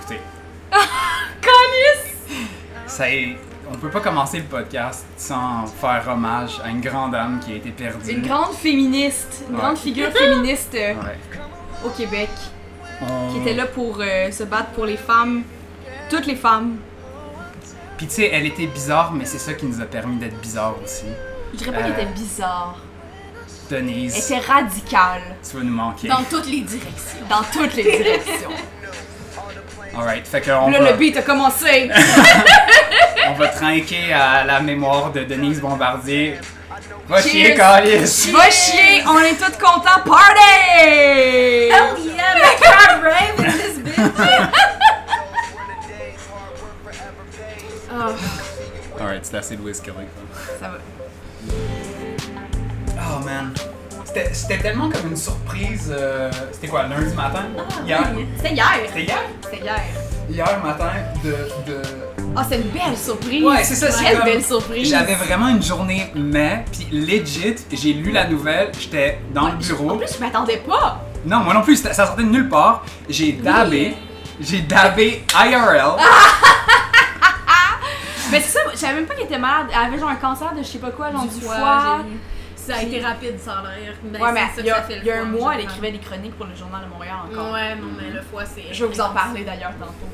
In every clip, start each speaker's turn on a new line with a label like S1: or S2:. S1: Écoutez,
S2: Colis!
S1: ça est- on peut pas commencer le podcast sans faire hommage à une grande âme qui a été perdue.
S2: Une grande féministe, une
S1: Ouais.
S2: grande figure féministe euh,
S1: Ouais.
S2: au Québec
S1: On-
S2: qui était là pour euh, se battre pour les femmes, toutes les femmes.
S1: Puis tu sais, elle était bizarre, mais c'est ça qui nous a permis d'être bizarre aussi.
S2: Je dirais pas qu'elle
S1: Euh,
S2: était bizarre, elle
S1: Denise,
S2: était radicale
S1: tu vas nous manquer.
S3: Dans toutes les directions.
S2: dans toutes les directions.
S1: Alright, fait qu'on
S2: là,
S1: va,
S2: le beat a commencé!
S1: on va trinquer à la mémoire de Denise Bombardier. Va
S2: Cheers.
S1: chier, Calice!
S2: Va chier, on est tous contents, party!
S3: Oh yeah, make her rave with this bitch!
S2: Ah,
S1: Alright, c'est assez de whiz Kelly.
S2: ça va.
S1: Oh man. C'était c'était tellement comme une surprise. euh, C'était quoi, lundi matin? hier?
S2: Ah, Oui, C'était hier!
S1: C'était hier?
S2: C'était hier.
S1: Hier matin de. de...
S2: Ah, c'est une belle surprise!
S1: Ouais, c'est ça, c'est
S2: Quelle
S1: comme-
S2: belle surprise!
S1: J'avais vraiment une journée mais puis legit, j'ai lu la nouvelle, j'étais dans le
S2: En
S1: bureau.
S2: plus, je m'attendais pas!
S1: Non, moi non plus, ça ça sortait de nulle part. J'ai dabé, j'ai dabé IRL.
S2: Mais c'est ça, je savais même pas qu'elle était malade. Elle avait genre un cancer de je sais pas quoi, genre du foie.
S3: j'ai vu. Ça a été rapide, ça a l'air. Mais
S2: ouais, mais
S3: c'est ça
S2: il y
S3: que ça
S2: a,
S3: fait le
S2: il y a un
S3: fun,
S2: mois, elle
S3: généralement.
S2: écrivait des chroniques pour le Journal de Montréal encore.
S3: Ouais, non, mais le foie, c'est.
S2: Je vais vous en parler d'ailleurs tantôt.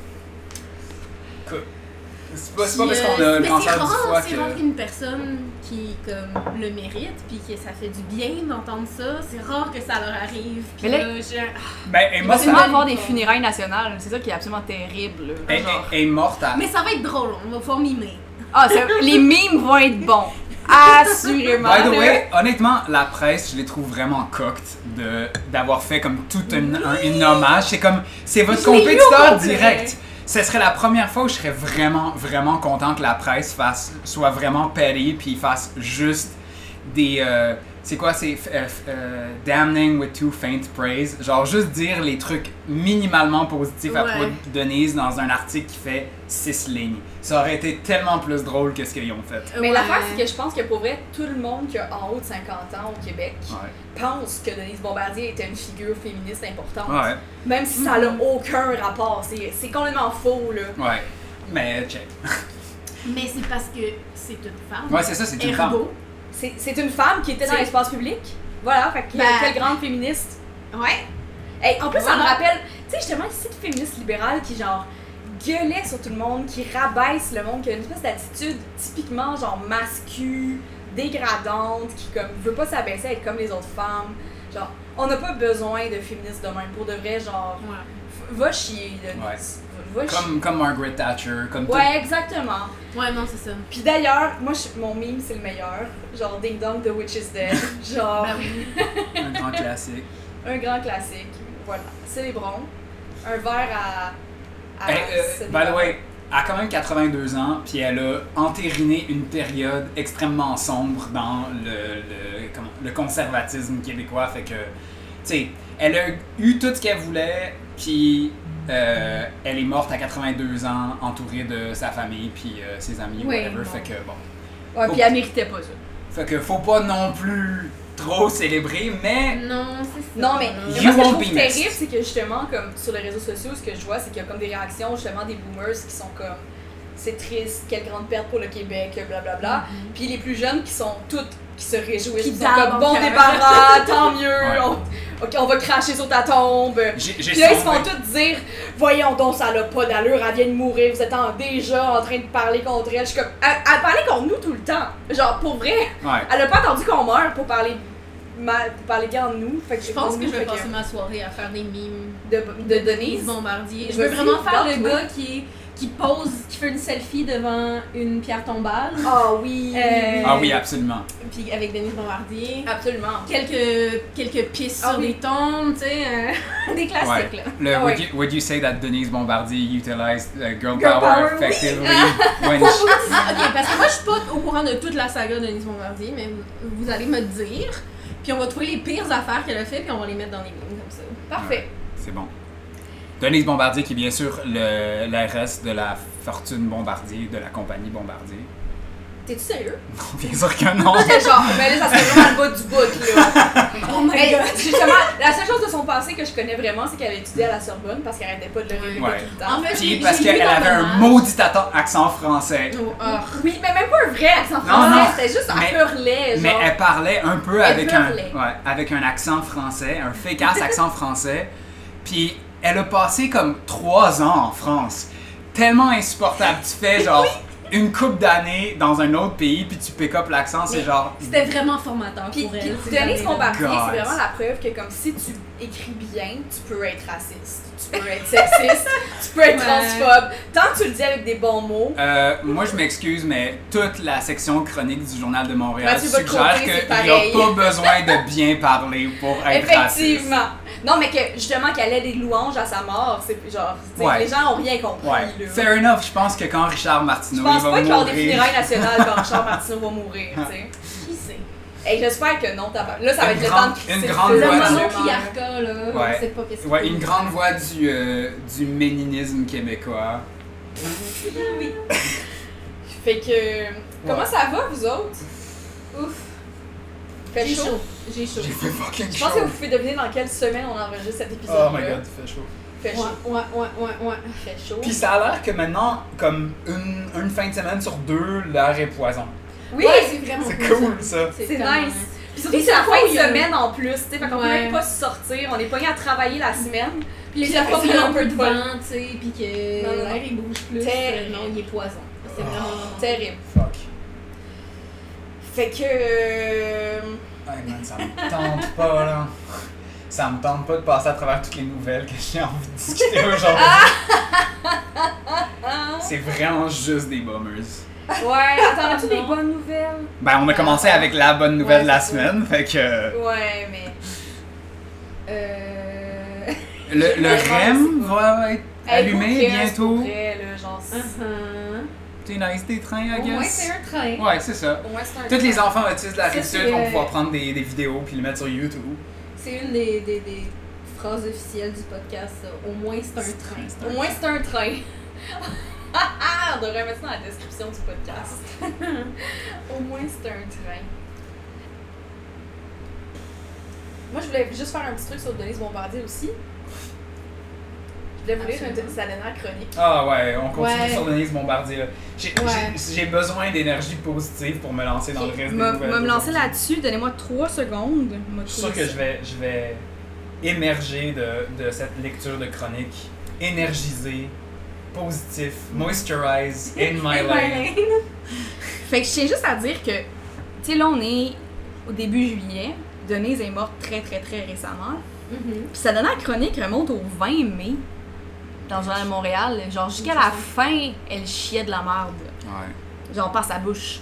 S1: C'est pas, c'est pas parce qu'on a le
S3: Mais c'est
S1: cancer du
S3: rare,
S1: foie
S3: C'est rare
S1: que.
S3: qu'une personne qui comme, le mérite, puis que ça fait du bien d'entendre ça, c'est rare que ça leur arrive. Puis
S2: Mais
S3: là,
S2: là-
S3: j'ai un-
S1: Ben, elle est
S3: Il
S2: On
S1: morte
S2: va
S3: va
S1: à-
S2: va
S3: mal.
S2: avoir des funérailles nationales, c'est ça qui est absolument terrible. là.
S1: elle-
S2: Genre-
S1: elle est morte à.
S3: Ah, Mais ça va être drôle, on va pouvoir mimer.
S1: eh.
S2: Ah, ça- les mimes vont être bons. Assurément.
S1: By the
S2: là.
S1: way, honnêtement, la presse, je les trouve vraiment cocked de d'avoir fait comme tout un, un- un hommage. C'est comme, c'est votre
S2: Je l'ai lu au
S1: compétiteur
S2: complet.
S1: direct. Ce serait la première fois où je serais vraiment, vraiment content que la presse fasse, soit vraiment petty, puis fasse juste des, euh, c'est quoi, c'est f- euh, f- euh, damning with too faint praise, genre juste dire les trucs minimalement positifs à propos
S3: Ouais.
S1: de Denise dans un article qui fait six lignes. Ça aurait été tellement plus drôle que ce qu'ils ont fait.
S2: Mais
S3: Ouais.
S2: l'affaire, c'est que je pense que pour vrai, tout le monde qui a en haut de 50 ans au Québec
S1: Ouais.
S2: pense que Denise Bombardier était une figure féministe importante.
S1: Ouais.
S2: Même si ça n'a aucun rapport. C'est c'est complètement faux, là.
S1: Ouais. Mais check.
S3: Mais c'est parce que c'est une femme.
S1: Ouais, c'est ça, c'est une femme.
S3: Ergo.
S2: C'est c'est une femme qui était dans
S3: C'est-
S2: l'espace public. Voilà, fait que
S3: Ben-
S2: quelle grande féministe.
S3: Ouais.
S2: Hey, en plus, ça me
S3: Voilà.
S2: rappelle, tu sais, justement, cette féministe libérale qui, genre, gueulait sur tout le monde, qui rabaisse le monde, qui a une espèce d'attitude typiquement, genre, mascu, dégradante, qui, comme, veut pas s'abaisser à être comme les autres femmes. Genre, on n'a pas besoin de féministes de même. Pour de vrai, genre,
S3: Ouais.
S2: f- va chier, Denise. Va chier.
S1: Comme, comme Margaret Thatcher, comme tout-
S2: Ouais, exactement.
S3: Ouais, non, c'est ça.
S2: Puis d'ailleurs, moi, je- mon meme, c'est le meilleur. Genre, Ding Dong, The Witch is Dead. Genre,
S3: Ben oui.
S1: un grand classique.
S2: un grand classique. Voilà. Célébrons. Un verre à. à
S1: Hey, euh, by the way, elle a quand même 82 ans, puis elle a entériné une période extrêmement sombre dans le, le, comment- le conservatisme québécois. Fait que, tu sais, elle a eu tout ce qu'elle voulait, puis euh, elle est morte à 82 ans, entourée de sa famille, puis euh, ses amis,
S2: Oui,
S1: whatever.
S2: non.
S1: Fait que, bon.
S2: Ouais, puis elle méritait pas ça.
S1: Fait que faut pas non plus trop célébrer, mais
S2: Mm.
S3: Non, c'est ça.
S2: Non, mais
S1: You
S2: moi, ce que je
S1: won't
S2: trouve
S1: be missed.
S2: terrible, c'est que justement, comme sur les réseaux sociaux, ce que je vois, c'est qu'il y a comme des réactions, justement, des boomers qui sont comme c'est triste, quelle grande perte pour le Québec, blablabla.
S1: Mm-hmm.
S2: Puis les plus jeunes qui sont toutes qui se réjouissent,
S3: Qui
S2: qui sont comme
S3: dabent en
S2: bon
S3: cœur.
S2: débarras, tant mieux,
S1: Ouais.
S2: on, ok, on va cracher sur ta tombe.
S1: j'ai j'ai
S2: Puis là, ils se
S1: sombré.
S2: font tous dire Voyons donc, ça n'a pas d'allure, elle vient de mourir, vous êtes en- déjà en train de parler contre elle. Je suis comme Elle, elle parlait contre nous tout le temps. Genre, pour vrai,
S1: Ouais.
S2: elle a pas attendu qu'on meure pour parler, ma- pour parler bien de nous. Fait que
S3: Je pense que je vais
S2: fait
S3: passer ma soirée à faire des mimes
S2: de, de Denise.
S3: Bombardier.
S2: Je
S3: Je veux
S2: veux
S3: vraiment
S2: plus
S3: faire
S2: d'autres,
S3: le gars qui, est- qui pose, qui fait une selfie devant une pierre tombale,
S2: Ah oui.
S3: Euh,
S1: Ah oui, hein. absolument.
S3: puis avec Denise Bombardier.
S2: Absolument.
S3: Quelques, quelques pistes
S2: Ah
S3: sur
S2: oui.
S3: des tombes, tu sais, euh, des classiques là.
S1: Le
S2: Ah
S1: would,
S2: ouais.
S1: you, would you say that Denise Bombardier utilized uh, girl,
S2: Girl
S1: power,
S2: power, oui.
S1: effectively when she-
S3: Ah, ok, parce que moi je suis pas au courant de toute la saga de Denise Bombardier, mais vous, vous allez me dire, puis on va trouver les pires affaires qu'elle a fait, puis on va les mettre dans les mimes comme ça.
S2: Parfait.
S1: C'est bon. Denise Bombardier qui est bien sûr le, l'RS de la fortune Bombardier, de la compagnie Bombardier.
S2: T'es-tu sérieux?
S1: Non, bien sûr que non.
S2: C'est genre, mais là, ça serait vraiment le bout du bout, là.
S3: Oh my
S2: Mais
S3: god!
S2: justement, la seule chose de son passé que je connais vraiment, c'est qu'elle étudiait à la Sorbonne parce qu'elle arrêtait pas de le répéter
S1: Ouais.
S2: tout le
S3: En
S2: temps.
S3: fait,
S1: Puis
S3: j'ai-
S1: parce
S3: j'ai
S1: qu'elle
S3: lu dans
S1: avait
S3: le
S1: un
S3: roman.
S1: maudit atta- accent français.
S3: Oh, oh.
S2: Oui, mais même pas un vrai accent
S1: Non,
S2: français,
S1: non.
S2: c'était juste
S1: Mais-
S2: un hurlait, genre.
S1: Mais elle parlait un peu
S2: Elle
S1: avec un,
S2: hurlait.
S1: ouais, avec un accent français, un fake ass accent français. Puis elle a passé comme trois ans en France. Tellement insupportable. Tu fais genre une couple d'années dans un autre pays, puis tu pick up l'accent, c'est
S3: Mais
S1: genre.
S3: C'était vraiment formateur
S2: Puis,
S3: pour
S2: puis
S3: elle. ces
S2: donner son
S3: années-là.
S2: papier, c'est
S1: God.
S2: vraiment la preuve que comme si tu écris bien, tu peux être raciste, tu peux être sexiste, tu peux être
S3: Ouais.
S2: transphobe. Tant que tu le dis avec des bons mots,
S1: Euh, moi, je m'excuse, mais toute la section chronique du Journal de Montréal
S2: Ouais, tu vas te
S1: suggère
S2: tromper, c'est
S1: qu'il n'y a
S2: pareil.
S1: pas besoin de bien parler pour être raciste.
S2: effectivement. Non, mais que justement qu'elle ait des louanges à sa mort, c'est genre, tu sais,
S1: Ouais.
S2: les gens ont rien compris.
S1: Ouais.
S2: là.
S1: Fair enough, je pense que quand Richard
S2: Je
S1: Martineau il
S2: pense
S1: va
S2: pas qu'il y aura des
S1: mourir-
S2: funérailles nationales quand Richard Martineau va mourir, tu sais.
S3: Qui c'est?
S2: Et j'espère que non, t'as pas. Là, ça va
S1: Une
S2: être le
S1: grande-
S2: temps de critiquer
S1: une grande
S3: Le
S1: voix Ah Ouais,
S3: maman
S1: ouais.
S3: Priarca, là.
S1: Ouais.
S3: On sait pas qu'est-ce qu'il
S1: Ouais,
S3: fait.
S1: une grande voix du, euh, du méninisme québécois.
S2: Oui. Fait que. Comment
S1: Ouais.
S2: ça va, vous autres?
S3: Ouf.
S2: Fait
S3: J'ai
S2: chaud.
S3: chaud. J'ai chaud.
S1: J'ai fait fucking
S2: Je
S1: chaud.
S2: pense que vous pouvez deviner dans quelle semaine on enregistre cet épisode.
S1: Oh my god, il fait chaud.
S2: Fait
S3: Ouais,
S2: chaud.
S3: ouais, ouais, ouais, ouais.
S2: Fait chaud.
S1: Puis ça a l'air que maintenant, comme une, une fin de semaine sur deux, l'air est poison.
S2: Oui!
S3: Ouais, c'est vraiment
S1: C'est
S3: cool,
S1: cool ça.
S3: ça.
S2: C'est
S3: comme,
S2: nice.
S3: euh,
S2: Puis surtout, c'est la
S3: Surtout
S2: fin de
S3: qu'il y a-
S2: semaine en plus, tu sais. Fait qu'on peut
S3: Ouais.
S2: même pas se sortir. On est pogné à travailler la semaine.
S3: Puis les
S2: Puis après,
S3: fois qu'il y
S2: c'est
S3: a un
S2: un
S3: peu
S2: peu
S3: de
S2: fun.
S3: vent, tu sais, puis que
S2: Non, non, non.
S3: l'air il bouge plus.
S2: Terrible.
S3: euh, Non, il est poison. C'est
S1: Oh.
S3: vraiment.
S2: Terrible.
S1: Fuck.
S2: Fait que. euh,
S1: Hey man, ça me tente pas là. Ça me tente pas de passer à travers toutes les nouvelles que j'ai envie de discuter aujourd'hui.
S2: ah.
S1: C'est vraiment juste des bummers.
S2: Ouais, attends, as-tu des
S3: Non.
S2: bonnes nouvelles?
S1: Ben, on a commencé avec la bonne nouvelle
S3: Ouais,
S1: de la
S3: c'est
S1: semaine, fait que. euh,
S2: Ouais, mais.
S3: Euh.
S1: Le, le REM va être
S2: Hey,
S1: allumé
S2: who cares,
S1: bientôt.
S2: pour vrai, là, genre, c'est-
S3: uh-huh.
S1: T'es nice des trains, I
S3: Au moins,
S1: guess.
S3: c'est un train.
S1: Ouais, c'est ça.
S2: Au moins, c'est un
S1: Tous les
S2: truc.
S1: enfants autistes de la
S3: Ça,
S1: Rive-Sud
S3: c'est,
S1: vont
S3: euh,
S1: pouvoir prendre des, des vidéos puis les mettre sur YouTube.
S3: C'est une des, des, des phrases officielles du podcast. ça. Au moins, c'est un train.
S2: Au moins, c'est un train. On devrait mettre ça dans la description du podcast. Au moins, c'est un train. Moi, je voulais juste faire un petit truc sur Denise Bombardier aussi. Je voulais vous lire une
S3: Absolument.
S2: de sa dernière chronique.
S1: Ah ouais, on continue
S3: Ouais.
S1: sur Denise Bombardier. là. J'ai
S3: Ouais.
S1: j'ai- j'ai besoin d'énergie positive pour me lancer dans le reste des nouvelles. d'aujourd'hui.
S2: là-dessus, donnez-moi 3 secondes.
S1: Je suis sûr que je vais, je vais émerger de, de cette lecture de chronique énergisée, positif, moisturize, in my lane.
S2: Fait que je tiens juste à dire que, tu sais, là, on est au début juillet. Denise est morte très, très, très récemment.
S3: Mhm.
S2: Puis sa dernière chronique remonte au 20 mai dans le Journal de Montréal. Genre, jusqu'à la fin, elle chiait de la merde.
S1: Ouais.
S2: Genre, par sa bouche,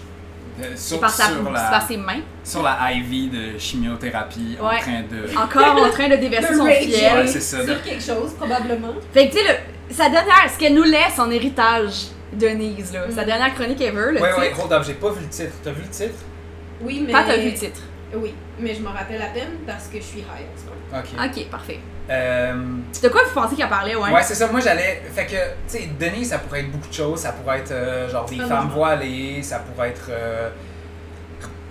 S1: Euh,
S2: puis
S1: sur,
S2: par, sa,
S1: sur
S2: puis
S1: la,
S2: par ses mains.
S1: sur la IV de chimiothérapie en
S2: Ouais.
S1: train de.
S2: Encore en train de déverser
S3: Le
S2: son
S3: rage.
S1: Ouais,
S2: fiel.
S1: c'est ça. de-
S3: Sur quelque chose, probablement.
S2: Fait que, tu sais, le- sa dernière, ce qu'elle nous laisse en héritage, Denise, là.
S3: Mm.
S2: Sa dernière chronique ever, le
S1: Ouais,
S2: titre.
S1: ouais, hold up, j'ai pas vu le titre. T'as vu le titre?
S3: Oui, mais.
S2: Toi, t'as vu le titre.
S3: Oui, mais je m'en rappelle à peine parce que je suis high en ce moment.
S1: Ok.
S2: Ok, parfait.
S1: Euh,
S2: De quoi vous pensez qu'elle parlait, ouais?
S1: Ouais, c'est ça. Moi, j'allais. Fait que, tu sais, Denis, ça pourrait être beaucoup de choses. Ça pourrait être euh, genre des
S3: Ah,
S1: femmes
S3: non.
S1: voilées, ça pourrait être. euh,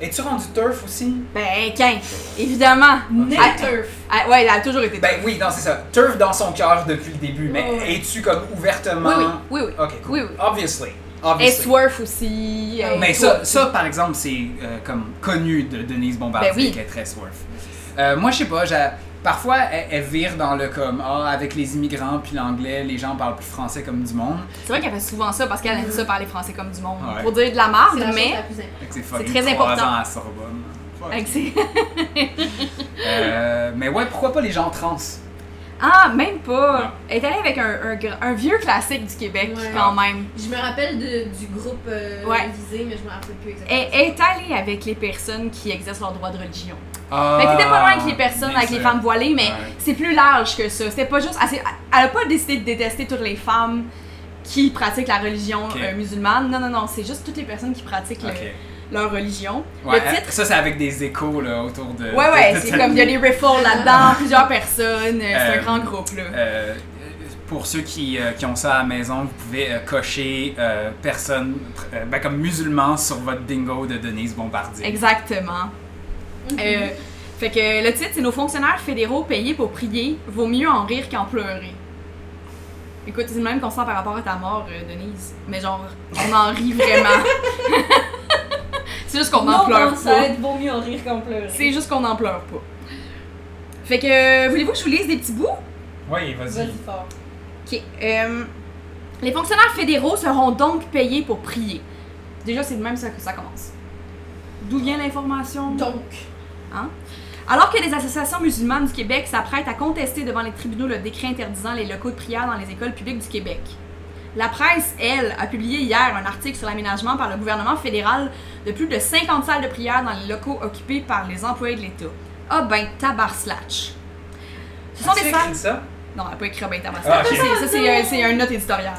S1: Es-tu rendu turf aussi
S2: Ben, qu'un, évidemment.
S1: Ok.
S2: Ah,
S3: Turf.
S2: ah, ouais, elle a toujours été
S1: Ben oui, non, c'est ça. Turf dans son cœur depuis le début, mais
S3: Ouais, ouais.
S1: es-tu comme ouvertement.
S2: Oui, oui, oui, oui.
S1: Ok, cool.
S2: Oui, oui.
S1: Obviously.
S2: Et
S1: Obviously.
S2: Swerf aussi. euh,
S1: Mais
S2: tout.
S1: ça, ça, par exemple, c'est euh, comme connu de Denise Bombardier
S2: Ben oui.
S1: qui est très swerve. Euh, moi, je sais pas, j'a- parfois, elle, elle vire dans le comme, ah, avec les immigrants puis l'anglais, les gens parlent plus français comme du monde.
S2: C'est vrai qu'elle fait souvent ça parce qu'elle aime ça parler français comme du monde.
S1: Ouais.
S2: Pour dire de la
S3: C'est
S2: marde,
S3: la chose
S2: Ah, mais.
S3: la plus importante.
S1: Fait que C'est fucking
S2: très
S1: trois
S2: important.
S1: ans à Sorbonne. Fuck.
S2: Fait que c'est-
S1: Euh, mais ouais, pourquoi pas les gens trans?
S2: Ah, même pas!
S1: Non.
S2: Elle est allée avec un, un gr- un vieux classique du Québec,
S3: Ouais.
S2: quand même.
S3: Je me rappelle de- du groupe euh,
S2: Ouais. Eh,
S3: visé, mais je me rappelle plus exactement.
S2: Elle elle est allée avec les personnes qui exercent leur droit de religion.
S1: Ah,
S2: Fait que c'était pas loin avec les personnes,
S1: bien
S2: avec les
S1: sûr.
S2: femmes voilées, mais
S1: Ouais.
S2: c'est plus large que ça. C'était pas juste. Elle, s'est- elle a pas décidé de détester toutes les femmes qui pratiquent la religion
S1: Ok.
S2: euh, musulmane. Non, non, non, c'est juste toutes les personnes qui pratiquent le-
S1: Ok.
S2: leur religion.
S1: Ouais, hein,
S2: le titre,
S1: Ça, c'est avec des échos là, autour de.
S2: Ouais, ouais,
S1: de- de
S2: c'est
S1: cette-
S2: comme il y a des riffles là-dedans, plusieurs personnes, Ah. euh, c'est
S1: Euh,
S2: un grand groupe là.
S1: Euh, Pour ceux qui, euh, qui ont ça à la maison, vous pouvez euh, cocher euh, personne, euh, ben, comme musulman sur votre dingo de Denise Bombardier.
S2: Exactement. Euh, fait que le titre, c'est Nos fonctionnaires fédéraux payés pour prier, vaut mieux en rire qu'en pleurer. Écoute, c'est le même qu'on sent par rapport à ta mort, euh, Denise. Mais genre, on en rit vraiment. c'est juste qu'on en eh, pleure pas.
S3: vaut mieux en rire qu'en pleurer.
S2: C'est juste qu'on en pleure pas. Fait que, euh, voulez-vous que je vous lise des petits bouts?
S1: Oui, vas-y.
S3: Vas-y fort.
S2: Ok. euh, les fonctionnaires fédéraux seront donc payés pour prier. Déjà, c'est de même ça que ça commence. D'où vient l'information?
S3: Donc,
S2: Alors que les associations musulmanes du Québec s'apprêtent à contester devant les tribunaux le décret interdisant les locaux de prière dans les écoles publiques du Québec. La presse, elle, a publié hier un article sur l'aménagement par le gouvernement fédéral de plus de 50 salles de prière dans les locaux occupés par les employés de l'État. Ah ben, tabarslatch. Ce sont
S1: As-tu
S2: des
S1: écrit
S2: salles...
S1: ça?
S2: Non, elle n'a pas écrit ah ben
S1: Ah,
S2: tabarslatch.
S1: ok.
S2: Ça, c'est un- c'est un note éditoriale.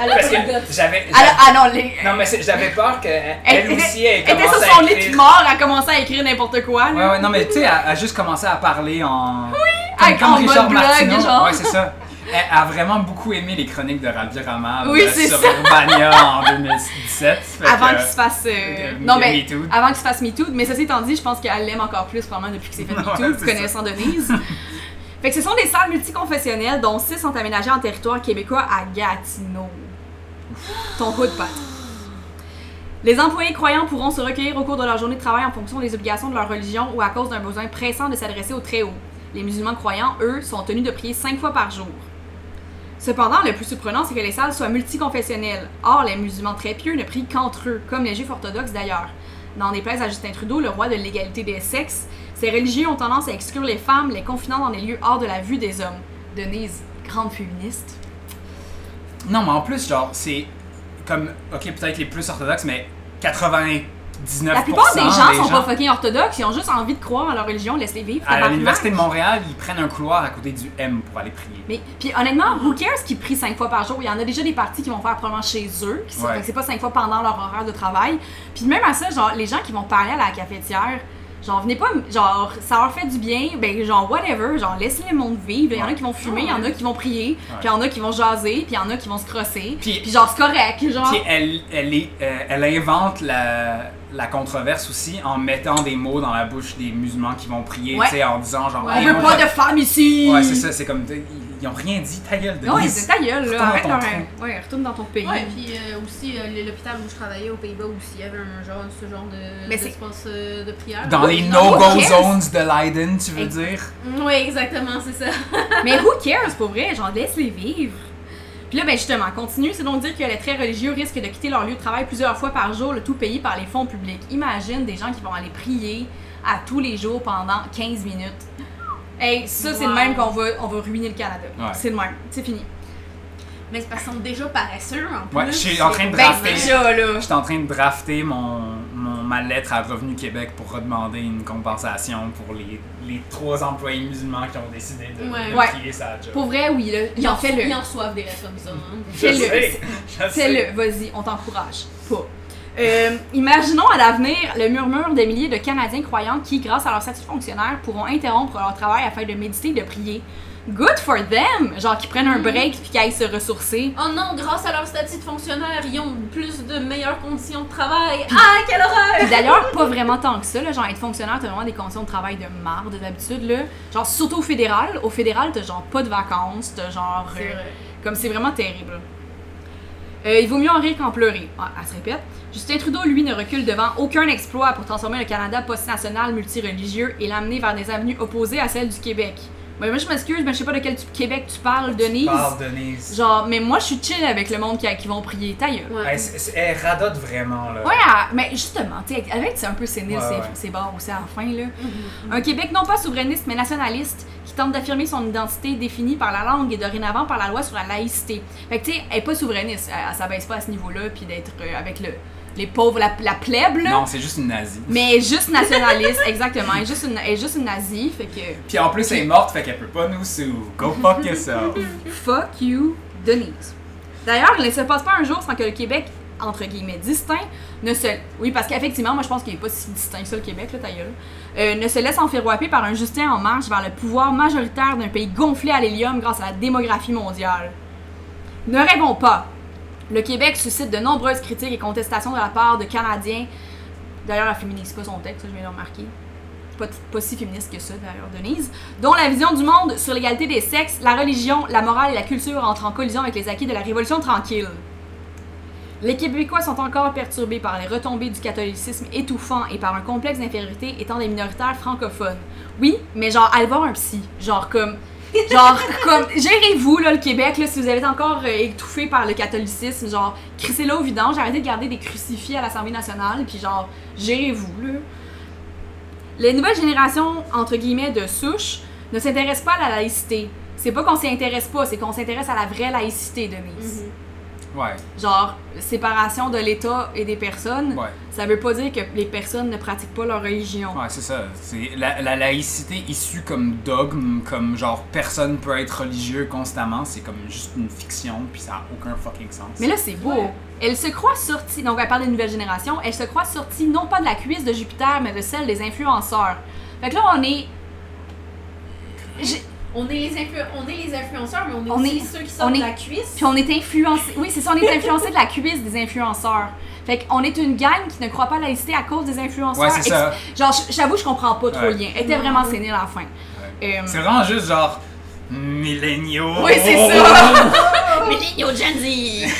S3: alors
S1: Parce
S3: tu
S1: que
S3: gottes.
S1: j'avais.
S2: Ah, ah non, les...
S1: Non, mais c'est- j'avais peur qu'elle elle aussi, elle
S2: était
S1: commence
S2: sur
S1: à
S2: son lit
S1: écrire.
S2: puis mort, elle commençait à écrire n'importe quoi.
S1: Ouais,
S2: là.
S1: ouais, non, mais tu sais, elle a juste commencé à parler en. Oui,
S2: avec- en mode blog, genre.
S1: Ouais, c'est ça. Elle a vraiment beaucoup aimé les chroniques de Rabbi Ramab
S2: Oui,
S1: euh,
S2: c'est
S1: sur
S2: ça.
S1: Urbania en 2017. fait
S2: avant
S1: que-
S2: qu'il se fasse. euh,
S1: euh,
S2: non,
S1: Me-
S2: mais.
S1: Me Too.
S2: Avant qu'il se fasse MeToo. Mais ceci étant dit, je pense qu'elle l'aime encore plus, probablement, depuis que c'est fait
S1: Ouais,
S2: MeToo,
S1: c'est
S2: connaissant Denise. fait que ce sont des salles multiconfessionnelles, dont six sont aménagées en territoire québécois à Gatineau. Ton coup de patte. Les employés croyants pourront se recueillir au cours de leur journée de travail en fonction des obligations de leur religion ou à cause d'un besoin pressant de s'adresser au Très-Haut. Les musulmans croyants, eux, sont tenus de prier cinq fois par jour. Cependant, le plus surprenant, c'est que les salles soient multiconfessionnelles. Or, les musulmans très pieux ne prient qu'entre eux, comme les juifs orthodoxes d'ailleurs. N'en déplaise à Justin Trudeau, le roi de l'égalité des sexes, ces religieux ont tendance à exclure les femmes, les confinant dans des lieux hors de la vue des hommes. Denise, grande féministe.
S1: Non, mais en plus, genre, c'est comme, ok, peut-être les plus orthodoxes, mais 99%
S2: La plupart des gens
S1: des
S2: sont pas fucking orthodoxes, ils ont juste envie de croire en leur religion, laisse-les vivre.
S1: À
S2: tabarnak.
S1: l'Université de Montréal, ils prennent un couloir à côté du M pour aller prier.
S2: Mais puis honnêtement, who cares qui prie cinq fois par jour Il y en a déjà des parties qui vont faire probablement chez eux, qui sont-
S1: Ouais.
S2: fait que c'est pas cinq fois pendant leur horaire de travail. Puis même à ça, genre les gens qui vont parler à la cafetière, genre venez pas, m- genre ça leur fait du bien, ben genre whatever, genre laisse le monde vivre. Il y en a
S1: Ouais.
S2: qui vont fumer, il y en a qui vont prier,
S1: Ouais.
S2: puis il y en a qui vont jaser, puis il y en a qui vont se crosser.
S1: Puis-
S2: Puis genre c'est correct, genre.
S1: Puis elle, elle, est, euh, elle invente la, la controverse aussi en mettant des mots dans la bouche des musulmans qui vont prier,
S2: Ouais.
S1: tu sais, en disant genre.
S2: On
S1: Hey,
S2: veut
S1: on
S2: pas
S1: va-
S2: de femmes ici.
S1: Ouais, c'est ça, c'est comme. t'sais, Ils ils ont rien dit, ta gueule,
S2: Non, ouais,
S1: Denise.
S2: c'est ta gueule,
S1: Retourne
S2: là.
S1: dans
S2: Arrête
S1: ton
S2: leur-
S1: trou.
S2: Ouais, retourne dans ton pays.
S3: Ouais, puis euh, aussi euh, l'hôpital où je travaillais aux Pays-Bas aussi, il y avait un genre, ce genre de,
S2: Mais c'est-
S3: d'espace euh, de prière.
S1: Dans les
S2: non,
S1: no-go
S2: yes.
S1: zones de Leiden, tu veux
S2: Ex-
S1: dire?
S3: Oui, exactement, c'est ça.
S2: Mais who cares pour vrai? Genre, laisse-les vivre. Puis là, ben justement, continue. C'est donc dire que les très religieux risquent de quitter leur lieu de travail plusieurs fois par jour, le tout payé par les fonds publics. Imagine des gens qui vont aller prier à tous les jours pendant 15 minutes. Hey, ça, c'est le
S3: Wow.
S2: même qu'on va, on va ruiner le Canada.
S1: Ouais.
S2: C'est le même. C'est fini.
S3: Mais c'est parce qu'ils sont déjà paresseux en plus.
S1: Ouais, je suis en train de
S3: Ben,
S1: drafter.
S3: c'est-
S2: déjà, là.
S1: J'étais en train de drafter mon, mon- ma lettre à Revenu Québec pour redemander une compensation pour les, les trois employés musulmans qui ont décidé de,
S3: Ouais.
S1: de
S2: Ouais.
S1: prier sa job.
S2: Pour vrai, oui, là.
S3: Ils en,
S2: fait le.
S3: ils en reçoivent des lettres comme ça. hein.
S1: Je
S2: fais-le.
S1: sais, je sais.
S2: Fais-le, vas-y, on t'encourage. Pas. Euh, imaginons à l'avenir le murmure des milliers de Canadiens croyants qui, grâce à leur statut de fonctionnaire, pourront interrompre leur travail afin de méditer et de prier. Good for them! Genre qu'ils prennent un break puis qu'ils aillent se ressourcer.
S3: Oh non, grâce à leur statut de fonctionnaire, ils ont plus de meilleures conditions de travail. Ah, quelle horreur!
S2: Puis d'ailleurs, pas vraiment tant que ça, là, genre être fonctionnaire, t'as vraiment des conditions de travail de marde d'habitude, là. Genre surtout au fédéral. Au fédéral, t'as genre pas de vacances, t'as genre. euh, Comme c'est vraiment terrible. Euh, il vaut mieux en rire qu'en pleurer. Ah, elle se répète. Justin Trudeau, lui, ne recule devant aucun exploit pour transformer le Canada post-national multireligieux et l'amener vers des avenues opposées à celles du Québec. Ben, moi, je m'excuse, mais je sais pas de quel tu- Québec tu parles, Denise.
S1: Parle, Denise.
S2: Genre, mais moi, je suis chill avec le monde qui, qui vont prier. Ta gueule.
S1: Elle, c'est- c'est- elle radote vraiment, là.
S2: Ouais, elle- mais justement, tu sais, avec c'est un peu sénile,
S1: Ouais,
S2: c'est
S1: ouais.
S2: c'est barre aussi à la fin, là. Un Québec non pas souverainiste mais nationaliste qui tente d'affirmer son identité définie par la langue et dorénavant par la loi sur la laïcité. Fait que tu sais, elle est pas souverainiste, elle, elle s'abaisse pas à ce niveau-là puis d'être euh, avec le les pauvres la, la plèbe là.
S1: Non, c'est juste une nazie.
S2: Mais elle est juste nationaliste, exactement. Elle est juste une, elle est juste une nazie, fait que
S1: Puis en plus, elle est morte, fait qu'elle peut pas nous suivre. Go fuck yourself.
S2: fuck you, Denise. D'ailleurs, il ne se passe pas un jour sans que le Québec entre guillemets, distinct, ne se... Oui, parce qu'effectivement, moi, je pense qu'il n'est pas si distinct que ça, le Québec, là, ta gueule. Euh, ne se laisse enfiroiper par un Justin en marche vers le pouvoir majoritaire d'un pays gonflé à l'hélium grâce à la démographie mondiale. Ne rêvons pas. Le Québec suscite de nombreuses critiques et contestations de la part de Canadiens. D'ailleurs, elle féminise pas son texte, ça, je viens de le remarquer. Pas, pas si féministe que ça, d'ailleurs, Denise. Dont la vision du monde sur l'égalité des sexes, la religion, la morale et la culture entrent en collision avec les acquis de la Révolution tranquille. Les Québécois sont encore perturbés par les retombées du catholicisme étouffant et par un complexe d'infériorité étant des minoritaires francophones. Oui, mais genre, allez voir un psy. Genre, comme. Genre, comme. Gérez-vous, là, le Québec, là, si vous êtes encore euh, étouffé par le catholicisme. Genre, crissez-le au vidange, arrêtez de garder des crucifix à l'Assemblée nationale, puis genre, gérez-vous, là. Les nouvelles générations, entre guillemets, de souche ne s'intéressent pas à la laïcité. C'est pas qu'on s'y intéresse pas, c'est qu'on s'intéresse à la vraie laïcité,
S3: Mm-hmm.
S2: Denise.
S3: Mhm.
S1: Ouais,
S2: Genre, séparation de l'État et des personnes,
S1: ouais.
S2: ça veut pas dire que les personnes ne pratiquent pas leur religion.
S1: Ouais, c'est ça. C'est la, la laïcité issue comme dogme, comme genre personne peut être religieux constamment, c'est comme juste une fiction, puis ça a aucun fucking sens.
S2: Mais là, c'est beau.
S3: Ouais.
S2: Elle se croit sortie, donc elle parle des nouvelles générations, elle se croit sortie non pas de la cuisse de Jupiter, mais de celle des influenceurs. Fait que là, on est. J'ai-
S3: On est, les influ- on est les influenceurs, mais on est
S2: On
S3: aussi
S2: est-
S3: ceux qui sortent
S2: on est-
S3: de la cuisse.
S2: Puis on est influencé. Oui, c'est ça, on est influencé de la cuisse des influenceurs. Fait qu'on est une gang qui ne croit pas à la laïcité à cause des influenceurs.
S1: ouais, c'est ça.
S2: Ex- Genre, j- j'avoue, je comprends pas trop
S1: Ouais.
S2: le lien. Elle était vraiment sénile à la fin. Euh,
S1: C'est vraiment juste genre milléniaux.
S2: Oui, c'est ça. Millennial Gen Z!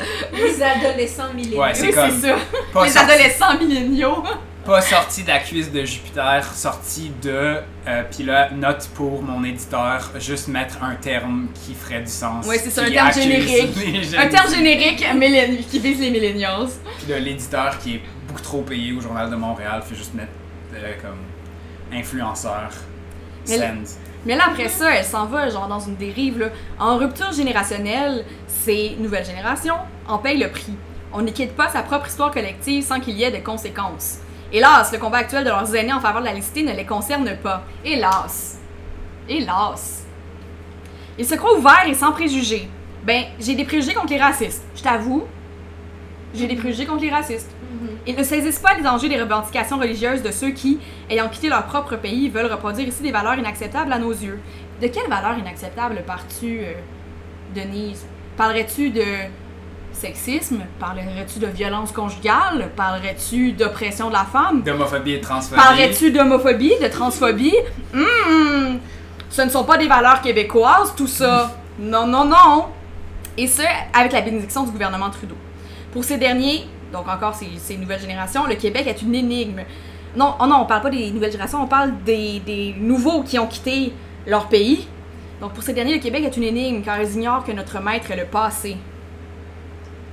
S3: Les adolescents milléniaux.
S1: Ouais,
S2: Oui,
S1: c'est
S2: c'est
S1: comme
S2: ça.
S1: pas,
S2: Les
S1: sorti,
S2: adolescents milléniaux.
S1: pas sorti de la cuisse de Jupiter, sorti de euh, puis là note pour mon éditeur, juste mettre un terme qui ferait du sens.
S2: Ouais, c'est ça, un
S1: qui
S2: terme
S1: accuse
S2: générique.
S1: les jeunes.
S2: Un terme générique millen- qui vise les millennials.
S1: Puis là, l'éditeur qui est beaucoup trop payé au journal de Montréal fait juste mettre euh, comme influenceur.
S2: Mais-
S1: Send.
S2: Mais là, après ça, elle s'en va, genre, dans une dérive, là. En rupture générationnelle, ces nouvelles générations en payent le prix. On ne quitte pas sa propre histoire collective sans qu'il y ait de conséquences. Hélas, le combat actuel de leurs aînés en faveur de la laïcité ne les concerne pas. Hélas. Hélas. Ils se croient ouverts et sans préjugés. Ben, j'ai des préjugés contre les racistes. Je t'avoue, j'ai des préjugés contre les racistes.
S3: Mhm.
S2: Ils ne saisissent pas les enjeux des revendications religieuses de ceux qui, ayant quitté leur propre pays, veulent reproduire ici des valeurs inacceptables à nos yeux. De quelles valeurs inacceptables parles-tu, euh, Denise Parlerais-tu de sexisme Parlerais-tu de violence conjugale Parlerais-tu d'oppression de la femme
S1: D'homophobie et de transphobie.
S2: Parlerais-tu d'homophobie, de transphobie Hum, ce ne sont pas des valeurs québécoises, tout ça. Non, non, non. Et ce, avec la bénédiction du gouvernement Trudeau. Pour ces derniers, donc encore ces, ces nouvelles générations, le Québec est une énigme. Non, oh non, on parle pas des nouvelles générations, on parle des, des nouveaux qui ont quitté leur pays. Donc pour ces derniers, le Québec est une énigme car ils ignorent que notre maître est le passé.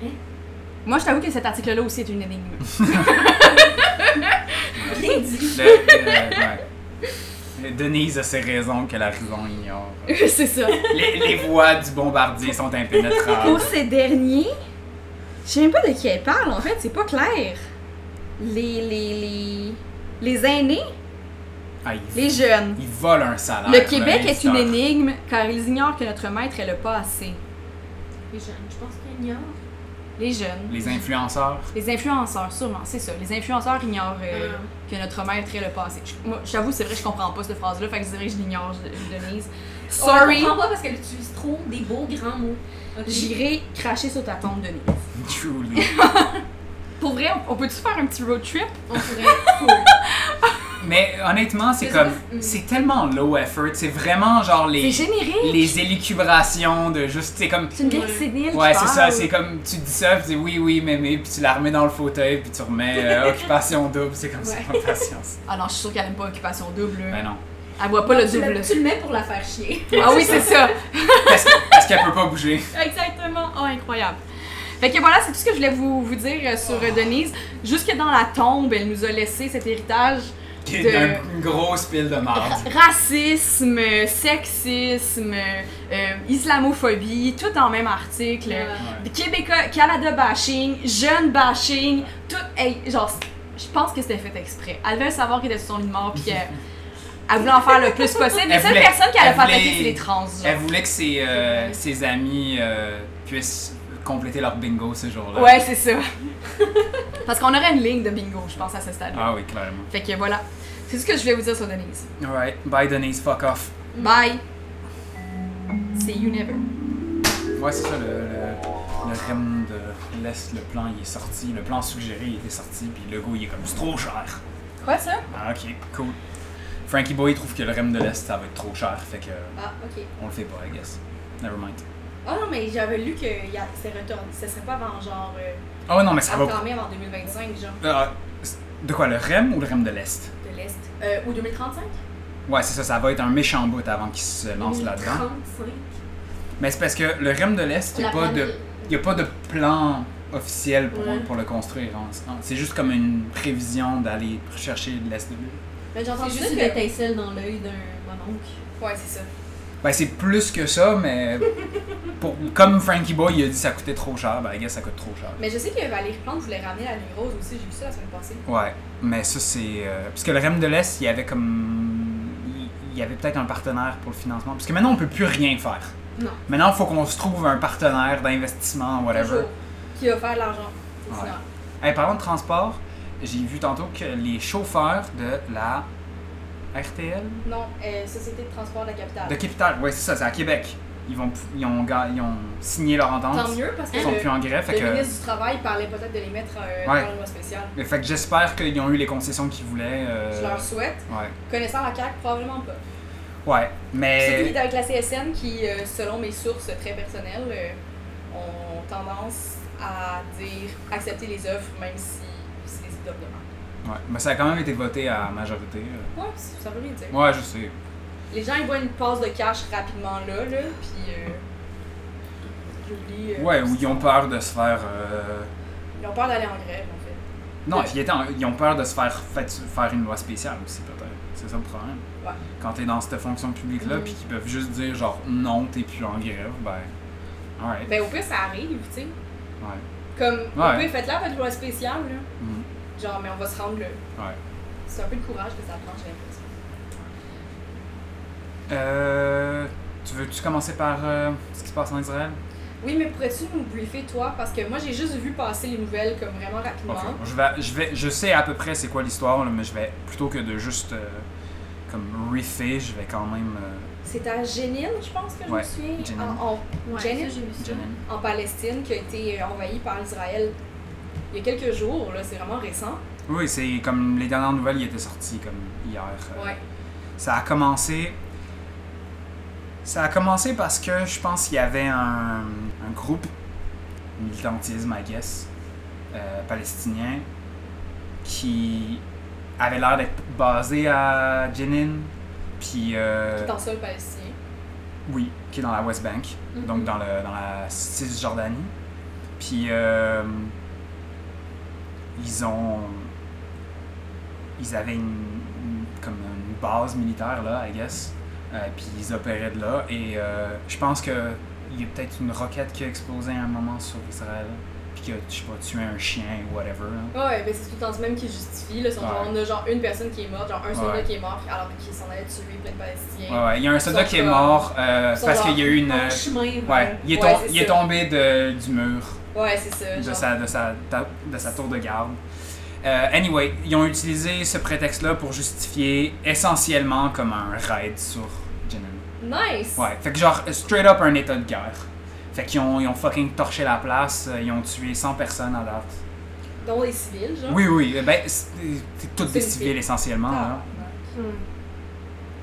S3: Hein?
S2: Moi, je t'avoue que cet article-là aussi est une énigme.
S3: Bien dit.
S1: Le- le- ouais. Denise a ses raisons que la raison ignore.
S2: C'est ça.
S1: Les, les voix du bombardier sont impénétrables.
S2: Pour ces derniers, je sais même pas de qui elle parle, en fait, c'est pas clair. Les, les, les, les aînés,
S1: Ah, ils,
S2: les jeunes.
S1: ils volent un salaire.
S2: Le
S1: là,
S2: Québec est
S1: l'éditeur.
S2: une énigme car ils ignorent que notre maître est le passé.
S3: Les jeunes, je pense qu'ils ignorent.
S2: Les jeunes.
S1: Les influenceurs.
S2: Les influenceurs, sûrement, c'est ça. Les influenceurs ignorent euh,
S3: Ah.
S2: que notre maître est le passé. Je- Moi, j'avoue, c'est vrai, je comprends pas cette phrase-là, fait que je dirais que je l'ignore, je- je- Denise.
S3: On
S2: Sorry,
S3: la comprend pas parce qu'elle utilise trop des beaux grands mots. Ok.
S2: j'irai cracher sur ta tombe, Denise.
S1: Truly.
S2: Pour vrai, on- on peut-tu faire un petit road trip?
S3: On pourrait.
S1: Mais honnêtement, c'est
S3: Mais
S1: comme.
S3: c'est pas-
S1: C'est tellement low effort. C'est vraiment genre
S2: C'est
S1: les.
S2: générique!
S1: Les élucubrations de juste. C'est comme.
S2: C'est une vieille
S3: Ouais.
S2: sénile qui
S1: Ouais, c'est ça.
S2: parle.
S1: C'est comme. Tu dis ça, puis tu dis oui, oui, mais, mais, puis tu la remets dans le fauteuil, puis tu remets euh, occupation double. C'est comme ça,
S3: Ouais.
S1: pas de patience.
S2: Ah non, je suis sûre qu'elle aime pas Occupation Double. là.
S1: Ben non.
S2: Elle voit pas le
S3: tu,
S2: double.
S3: le, tu le mets pour la faire chier.
S2: Ah oui, c'est ça.
S1: Parce, parce qu'elle peut pas bouger.
S2: Exactement. Oh, incroyable. Fait que voilà, c'est tout ce que je voulais vous, vous dire euh, sur euh, Denise. Jusque dans la tombe, elle nous a laissé cet héritage.
S1: Qui est
S2: De-
S1: d'un- une grosse pile de marde.
S2: Racisme, euh, sexisme, euh, euh, islamophobie, tout en même article.
S3: Euh,
S1: Ouais.
S2: Québécois, Canada bashing, jeune bashing, tout. Hey, genre, je pense que c'était fait exprès. Elle devait savoir qu'il était sur son lit de mort, puis euh, elle voulait en faire le plus possible. La
S1: Elle
S2: seule
S1: voulait-
S2: personne qu'elle a
S1: elle
S2: fait
S1: voulait-
S2: attaquer, c'est les trans. genre.
S1: Elle voulait que ses, euh, ses amis euh, puissent compléter leur bingo ce jour-là.
S4: Ouais, c'est ça. Parce qu'on aurait une ligne de bingo, je pense, à ce stade-là.
S1: Ah oui, clairement.
S4: Fait que voilà. C'est ce que je voulais vous dire sur Denise.
S1: Alright, bye Denise, fuck off.
S4: Bye. See you never.
S1: Ouais, c'est ça, le, le, le REM de laisse le plan, il est sorti, le plan suggéré, il était sorti, puis le go, il est comme, c'est trop cher.
S4: Quoi ça?
S1: Ah, ok, cool. Frankie Boy trouve que le REM de l'Est, ça va être trop cher, fait que euh,
S2: Ah, ok.
S1: on le fait pas, I guess. Never mind.
S2: Ah non, mais j'avais lu que y a- c'est retourné. Ce serait pas avant genre. Euh,
S1: Oh non, mais ça va.
S2: avant- quand même en 2025, genre,
S1: Ah, c'est- de quoi, le REM ou le REM de l'Est?
S2: de l'Est. Euh, ou 2035
S1: Ouais, c'est ça, ça va être un méchant bout avant qu'il se
S3: Mm.
S1: lance là-dedans.
S3: 35.
S1: Mais c'est parce que le REM de l'Est, il n'y a,
S3: La
S1: pas de-
S3: planète.
S1: y a pas de plan officiel pour,
S3: Ouais.
S1: pour le construire. hein. C'est juste comme une prévision d'aller chercher l'Est de l'île.
S2: Mais j'ai
S3: C'est
S2: entendu
S3: Ben, juste
S2: juste
S3: une
S2: que.
S3: étincelle dans l'œil d'un mononcle.
S2: Ouais, c'est ça.
S1: Ben, c'est plus que ça, mais pour, comme Frankie Boy il a dit ça coûtait trop cher, ben, I guess ça coûte trop cher.
S2: Mais je sais que Valérie Plante voulait ramener la neurose aussi, j'ai vu ça la semaine passée.
S1: Ouais, mais ça, c'est. euh, parce que le REM de l'Est, il y avait comme. il- Il y avait peut-être un partenaire pour le financement. Parce que maintenant, on peut plus rien faire.
S3: Non.
S1: Maintenant, il faut qu'on se trouve un partenaire d'investissement, whatever.
S2: Toujours. Qui va faire l'argent.
S1: Ouais.
S2: Sinon,
S1: Hey, parlant de transport, j'ai vu tantôt que les chauffeurs de la RTL
S2: Non, euh, Société de transport de la capitale.
S1: de Capital, ouais c'est ça, c'est à Québec. Ils, vont, ils, ont, ga- ils ont signé leur entente.
S2: Tant mieux parce que
S1: Ils sont plus
S2: le,
S1: en grève. Fait
S2: le
S1: que,
S2: ministre du Travail parlait peut-être de les mettre euh,
S1: Ouais.
S2: dans la loi spéciale.
S1: mais fait que j'espère qu'ils ont eu les concessions qu'ils voulaient. euh,
S2: Je leur souhaite.
S1: ouais.
S2: Connaissant la CAQ, probablement pas.
S1: Euh, ouais,
S2: Surtout qu'il
S1: mais
S2: est avec la CSN qui, euh, selon mes sources très personnelles, euh, ont tendance à dire accepter les offres même si c'est des offres de marque.
S1: ouais, mais ça a quand même été voté à majorité. euh.
S2: Ouais, ça veut rien dire.
S1: Ouais, je sais.
S2: Les gens ils voient une passe de cash rapidement là, là, puis euh, j'oublie. euh,
S1: Ouais, ou ils ont peur de se faire. euh,
S2: Ils ont peur d'aller en grève en fait.
S1: Non,
S2: Ouais.
S1: puis ils, étaient en- ils ont peur de se faire, fait- faire une loi spéciale aussi, peut-être. C'est ça le problème.
S2: Ouais.
S1: Quand t'es dans cette fonction publique-là,
S3: Mhm.
S1: puis qu'ils peuvent juste dire, genre, non, t'es plus en grève, ben. Alright.
S2: Ben au pire ça arrive, tu sais.
S1: Ouais.
S2: Comme
S1: Ouais.
S2: au pire faites-la votre loi spéciale là.
S1: Mhm.
S2: Genre mais on va se rendre là.
S1: Ouais.
S2: C'est un peu de courage que ça prend, j'ai l'impression.
S1: Euh. Tu veux-tu commencer par euh, ce qui se passe en Israël?
S2: Oui, mais pourrais-tu nous briefer toi parce que moi j'ai juste vu passer les nouvelles comme vraiment rapidement.
S1: Ok. Je, vais, je, vais, je sais à peu près c'est quoi l'histoire, là, mais je vais, plutôt que de juste euh, comme reefer, je vais quand même. euh,
S2: C'est à Jenin, je pense que je
S1: Ouais,
S2: me souviens,
S1: Jenin.
S2: en,
S3: Ouais,
S2: Janet?
S3: ça, j'ai vu ça.
S2: en- en Palestine, qui a été euh, envahie par Israël euh, il y a quelques jours, là, c'est vraiment récent.
S1: Oui, c'est comme les dernières nouvelles, il était sorti comme hier. euh,
S2: Ouais.
S1: Ça a commencé. Ça a commencé parce que je pense qu'il y avait un, un groupe, militantisme, I guess, euh, palestinien, qui avait l'air d'être basé à Jenin, puis. euh,
S2: Qui est en sol palestinien.
S1: oui, qui est dans la West Bank,
S3: Mhm.
S1: donc dans, le, dans la Cisjordanie. Puis euh, ils ont. Ils avaient une, une- comme une base militaire, là, I guess. Euh, puis ils opéraient de là. Et euh, je pense que il y a peut-être une roquette qui a explosé à un moment sur Israël. Puis qui a, je sais pas, tué un chien ou whatever. là.
S2: Ouais, ben c'est tout le temps ce même qui justifie. Là, sont genre,
S1: Ouais.
S2: on a genre une personne qui est morte, genre un soldat
S1: Ouais.
S2: qui est mort, alors qu'il s'en allait tuer plein de Palestiniens.
S1: Ouais, ouais. Il y a un soldat
S2: Sauf
S1: qui est
S2: que-
S1: mort euh,
S2: sauf
S1: parce
S2: que-
S1: qu'il y a eu une.
S3: En chemin vers-
S1: Ouais, il est,
S2: Ouais,
S1: tom-
S2: c'est
S1: il est
S2: ça.
S1: tombé de, du mur.
S2: Ouais, c'est ça.
S1: de
S2: Genre,
S1: sa, de sa, ta- de sa tour de garde. Euh, anyway, ils ont utilisé ce prétexte-là pour justifier essentiellement comme un raid sur Jenin.
S2: Nice!
S1: Ouais, fait que genre straight up un état de guerre. Fait qu'ils ont, ils ont fucking torché la place, euh, ils ont tué 100 personnes à date.
S2: Dont les civils, genre.
S1: Oui, oui, euh, ben, c'est c'est toutes
S2: C'est
S1: des
S2: une
S1: civils
S2: fille.
S1: essentiellement. là.
S2: Ah,
S3: Hum.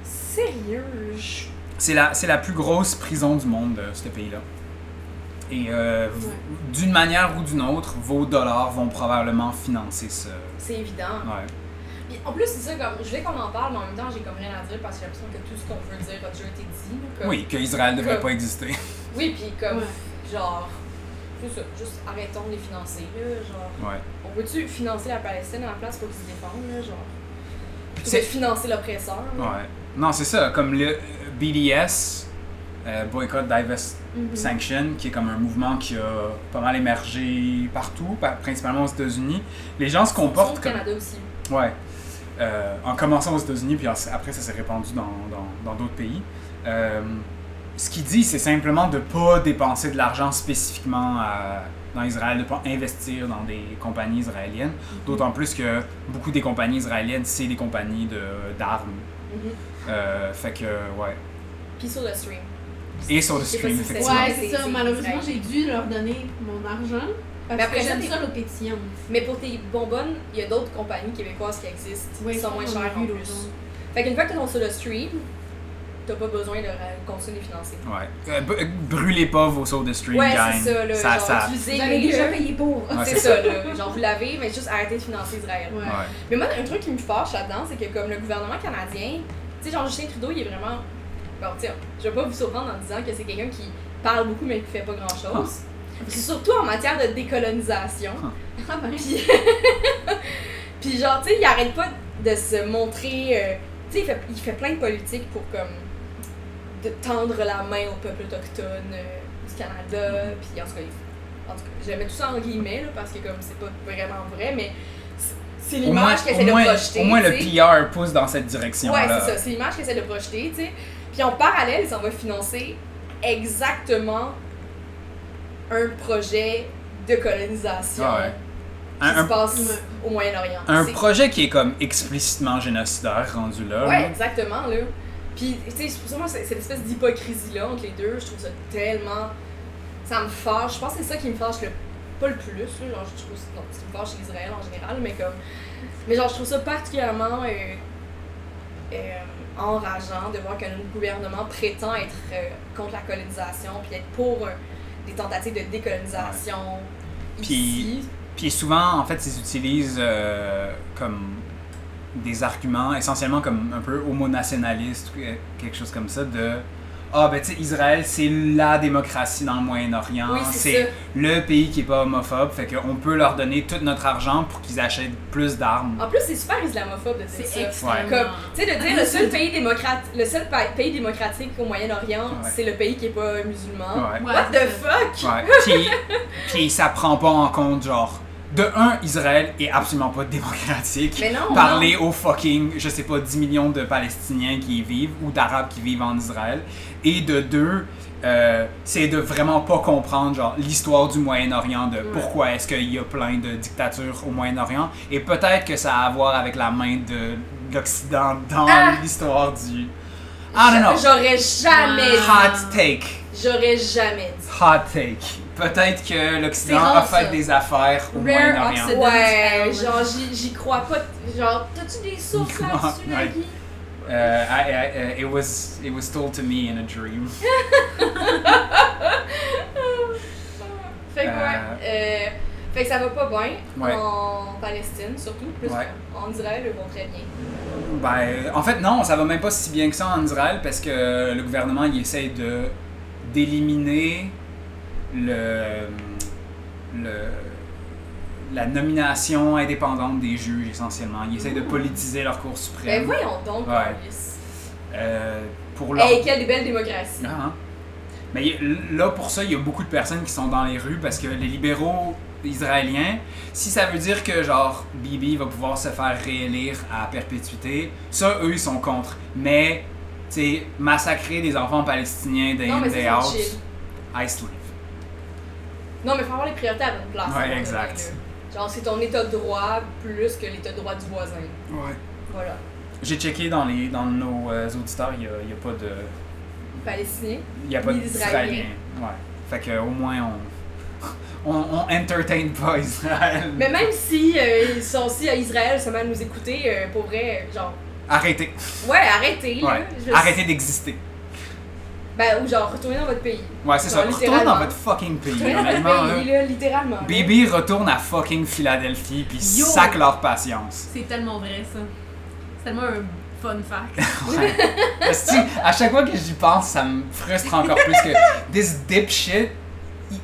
S2: Sérieux? je-
S1: C'est la, c'est la plus grosse prison du monde, euh, ce pays-là. Et euh, v-
S3: Ouais.
S1: d'une manière ou d'une autre, vos dollars vont probablement financer ce.
S2: C'est évident.
S1: Ouais.
S2: Puis, en plus, c'est ça, comme, je voulais qu'on en parle, mais en même temps, j'ai comme rien à dire parce que j'ai l'impression que tout ce qu'on veut dire a déjà été dit. là, comme-
S1: Oui, que Israël devrait
S2: Comme-
S1: pas exister.
S2: Oui, puis comme,
S3: Ouais.
S2: genre, c'est ça, juste arrêtons de les financer, là, genre.
S1: Ouais.
S2: On peut-tu financer la Palestine à la place pour qu'ils se défendent, là, genre? Plutôt
S1: C'est-
S2: que de financer l'oppresseur, là.
S1: Ouais. Non, c'est ça. Comme le BDS, euh, Boycott, Divest,
S3: Mhm.
S1: Sanction, qui est comme un mouvement qui a pas mal émergé partout, par- principalement aux États-Unis. Les gens se
S2: Au
S1: comportent comme.
S2: Canada aussi.
S1: Ouais. Euh, en commençant aux États-Unis, puis en- après ça s'est répandu dans dans- dans d'autres pays. Euh, ce qu'il dit, c'est simplement de pas dépenser de l'argent spécifiquement à- dans Israël, de pas investir dans des compagnies israéliennes.
S2: Mhm.
S1: D'autant plus que beaucoup des compagnies israéliennes, c'est des compagnies de- d'armes.
S2: Mhm.
S1: Euh, fait que, ouais.
S2: Puis sur le stream.
S1: Et sur le
S2: sais pas
S1: stream,
S2: si c'est-
S1: effectivement.
S3: Ouais,
S2: c'est-
S3: c'est ça.
S2: c'est-
S3: Malheureusement,
S2: c'est-
S3: j'ai dû leur donner mon argent. Parce
S2: Mais après,
S3: que j'aime
S2: t'es-
S3: ça l'eau pétillante.
S2: Mais pour tes bonbonnes, il y a d'autres compagnies québécoises qui existent
S3: Ouais,
S2: qui sont
S3: ça,
S2: moins
S3: on a
S2: chères
S3: vu
S2: en
S3: l'autre
S2: plus.
S3: jour.
S2: Fait qu'une fois que t'es sur le stream, t'as pas besoin de ra- continuer les financer.
S1: Ouais. Euh, b- euh, brûlez pas vos sauts de stream,
S2: Ouais,
S1: gang.
S2: c'est ça, là.
S1: Ça,
S2: genre,
S1: ça-
S2: utilisez
S3: Vous avez
S2: les
S3: déjà
S2: lieux.
S3: payé pour.
S1: Ouais,
S2: C'est
S1: c'est
S2: ça, là. Genre, vous l'avez, mais juste arrêtez de financer Israël.
S3: Ouais.
S1: Ouais.
S2: Mais moi, un truc qui me fâche là-dedans, c'est que comme le gouvernement canadien, tu sais, genre Justin Trudeau, il est vraiment. Bon, tiens, je vais pas vous surprendre en disant que c'est quelqu'un qui parle beaucoup mais qui fait pas grand-chose.
S1: Ah.
S2: Surtout en matière de décolonisation.
S3: Ah, ben,
S2: Puis, puis genre, tu sais, il arrête pas de se montrer. euh, tu sais, il fait, il fait plein de politiques pour comme. de tendre la main au peuple autochtone euh, du Canada. Puis en tout cas, il- en tout cas, je mets tout ça en guillemets, là, parce que comme c'est pas vraiment vrai, mais c'est- c'est
S1: Au moins,
S2: l'image qu'elle
S1: au
S2: essaie de
S1: moins-
S2: projeter.
S1: au moins le
S2: tu sais.
S1: PR pousse dans cette direction-là.
S2: Ouais, c'est ça. C'est l'image qu'elle essaie de projeter, tu sais. Puis en parallèle, ils s'en vont financer exactement un projet de colonisation
S1: Ah ouais.
S2: qui
S1: Un,
S2: se
S1: un-
S2: passe au Moyen-Orient.
S1: un
S2: C'est-
S1: projet qui est comme explicitement génocidaire rendu là.
S2: Ouais,
S1: là.
S2: exactement, là. Puis, tu sais, c'est pour ça, moi, c'est- cette espèce d'hypocrisie-là entre les deux, je trouve ça tellement. Ça me fâche. Je pense que c'est ça qui me fâche le. Pas le plus, là. Genre, je trouve. Non, ce qui me fâche, c'est l'Israël en général, mais comme. Mais genre, je trouve ça particulièrement. euh, euh, enrageant de voir qu'un gouvernement prétend être euh, contre la colonisation, puis être pour euh, des tentatives de décolonisation.
S1: Puis-
S2: ici.
S1: Puis souvent, en fait, ils utilisent euh, comme des arguments essentiellement comme un peu homonationalistes, ou quelque chose comme ça, de Ah, ben tu sais, Israël, c'est la démocratie dans le Moyen-Orient,
S2: Oui, c'est ça.
S1: ah, c'est le pays qui est pas homophobe, fait qu'on peut leur donner tout notre argent pour qu'ils achètent plus d'armes.
S2: En plus, c'est super islamophobe de dire
S3: C'est
S2: ça.
S3: extrêmement.
S2: Comme, tu sais, de dire le seul pays démocrate, le seul pa- pays démocratique au Moyen-Orient,
S1: Ouais.
S2: c'est le pays qui est pas musulman.
S1: Ouais.
S3: Ouais,
S2: What
S3: c'est
S2: the
S3: ça.
S2: fuck?
S1: Ouais. Puis, puis ça prend pas en compte, genre, de un, Israël est absolument pas démocratique.
S2: Mais non.
S1: Parler aux fucking, je sais pas, 10 millions de Palestiniens qui y vivent ou d'Arabes qui vivent en Israël. Et de deux, euh, c'est de vraiment pas comprendre, genre, l'histoire du Moyen-Orient, de pourquoi est-ce qu'il y a plein de dictatures au Moyen-Orient. Et peut-être que ça a à voir avec la main de l'Occident dans
S2: Ah!
S1: l'histoire du. I don't know.
S2: J'aurais jamais
S3: Ouais.
S1: Hot
S2: dit.
S1: take.
S2: J'aurais jamais dit.
S1: Hot take. Peut-être que
S3: C'est
S1: l'Occident
S3: rare,
S1: a fait
S3: ça.
S1: des affaires au
S3: Rare
S1: Moyen-Orient.
S3: Occident.
S2: Ouais,
S3: donne du
S2: genre, j'y- j'y crois pas. Genre, t'as-tu des sources là-dessus,
S1: Ouais.
S2: Maggie?
S1: Uh, I, I, uh, it was it was told to me in a dream.
S2: Ah. Fait que,
S1: Euh.
S2: ouais. euh, fait que ça va pas bien
S1: Ouais.
S2: en Palestine, surtout. Plus
S1: Ouais.
S2: qu'en Israël, ils vont très bien.
S1: Ben, en fait, non, ça va même pas si bien que ça en Israël parce que le gouvernement il essaie de d'éliminer le le la nomination indépendante des juges essentiellement. Il essaie de politiser leur cour
S2: Ben,
S1: suprême
S2: voyons donc,
S1: Ouais.
S2: Carlis.
S1: euh, pour leur
S2: Hey, quelle belle démocratie.
S1: Ah, hein. Mais y- là, pour ça, il y a beaucoup de personnes qui sont dans les rues parce que les libéraux israéliens, si ça veut dire que, genre, Bibi va pouvoir se faire réélire à perpétuité, ça, eux, ils sont contre. Mais, tu sais, massacrer des enfants palestiniens day
S2: Non,
S1: in,
S2: mais
S1: day
S2: ça,
S1: out,
S2: c'est chill.
S1: I sleep.
S2: Non, mais faut avoir les priorités à la bonne place.
S1: Ouais,
S2: à un moment
S1: exact.
S2: donné, là. Genre, c'est ton état de droit plus que l'état de droit du voisin.
S1: Ouais.
S2: Voilà.
S1: J'ai checké dans, les, dans nos euh, auditeurs, il n'y a, il y a pas de.
S2: Palestinien.
S1: Il y a pas
S2: Ni
S1: d'Israéliens. Ouais. Fait que, au moins, on. On, on entertain pas Israël.
S2: Mais même si euh, ils sont aussi à Israël seulement à nous écouter, euh, pour vrai, euh, genre,
S1: Arrêtez.
S2: ouais, arrêtez. là.
S1: Ouais.
S2: Je-
S1: Arrêtez d'exister.
S2: Ben, ou genre, retournez dans votre pays.
S1: Ouais, c'est ça.
S2: Genre,
S1: Retourne
S2: littéralement.
S1: dans votre fucking pays,
S2: Retournez dans votre
S1: honnêtement. là.
S2: pays, là, littéralement. là.
S1: Bibi retourne à fucking Philadelphie puis
S3: Yo.
S1: sac leur patience.
S3: C'est tellement vrai, ça. C'est tellement un fun fact.
S1: Ouais. Esti, à chaque fois que j'y pense, ça me frustre encore plus que this dipshit, il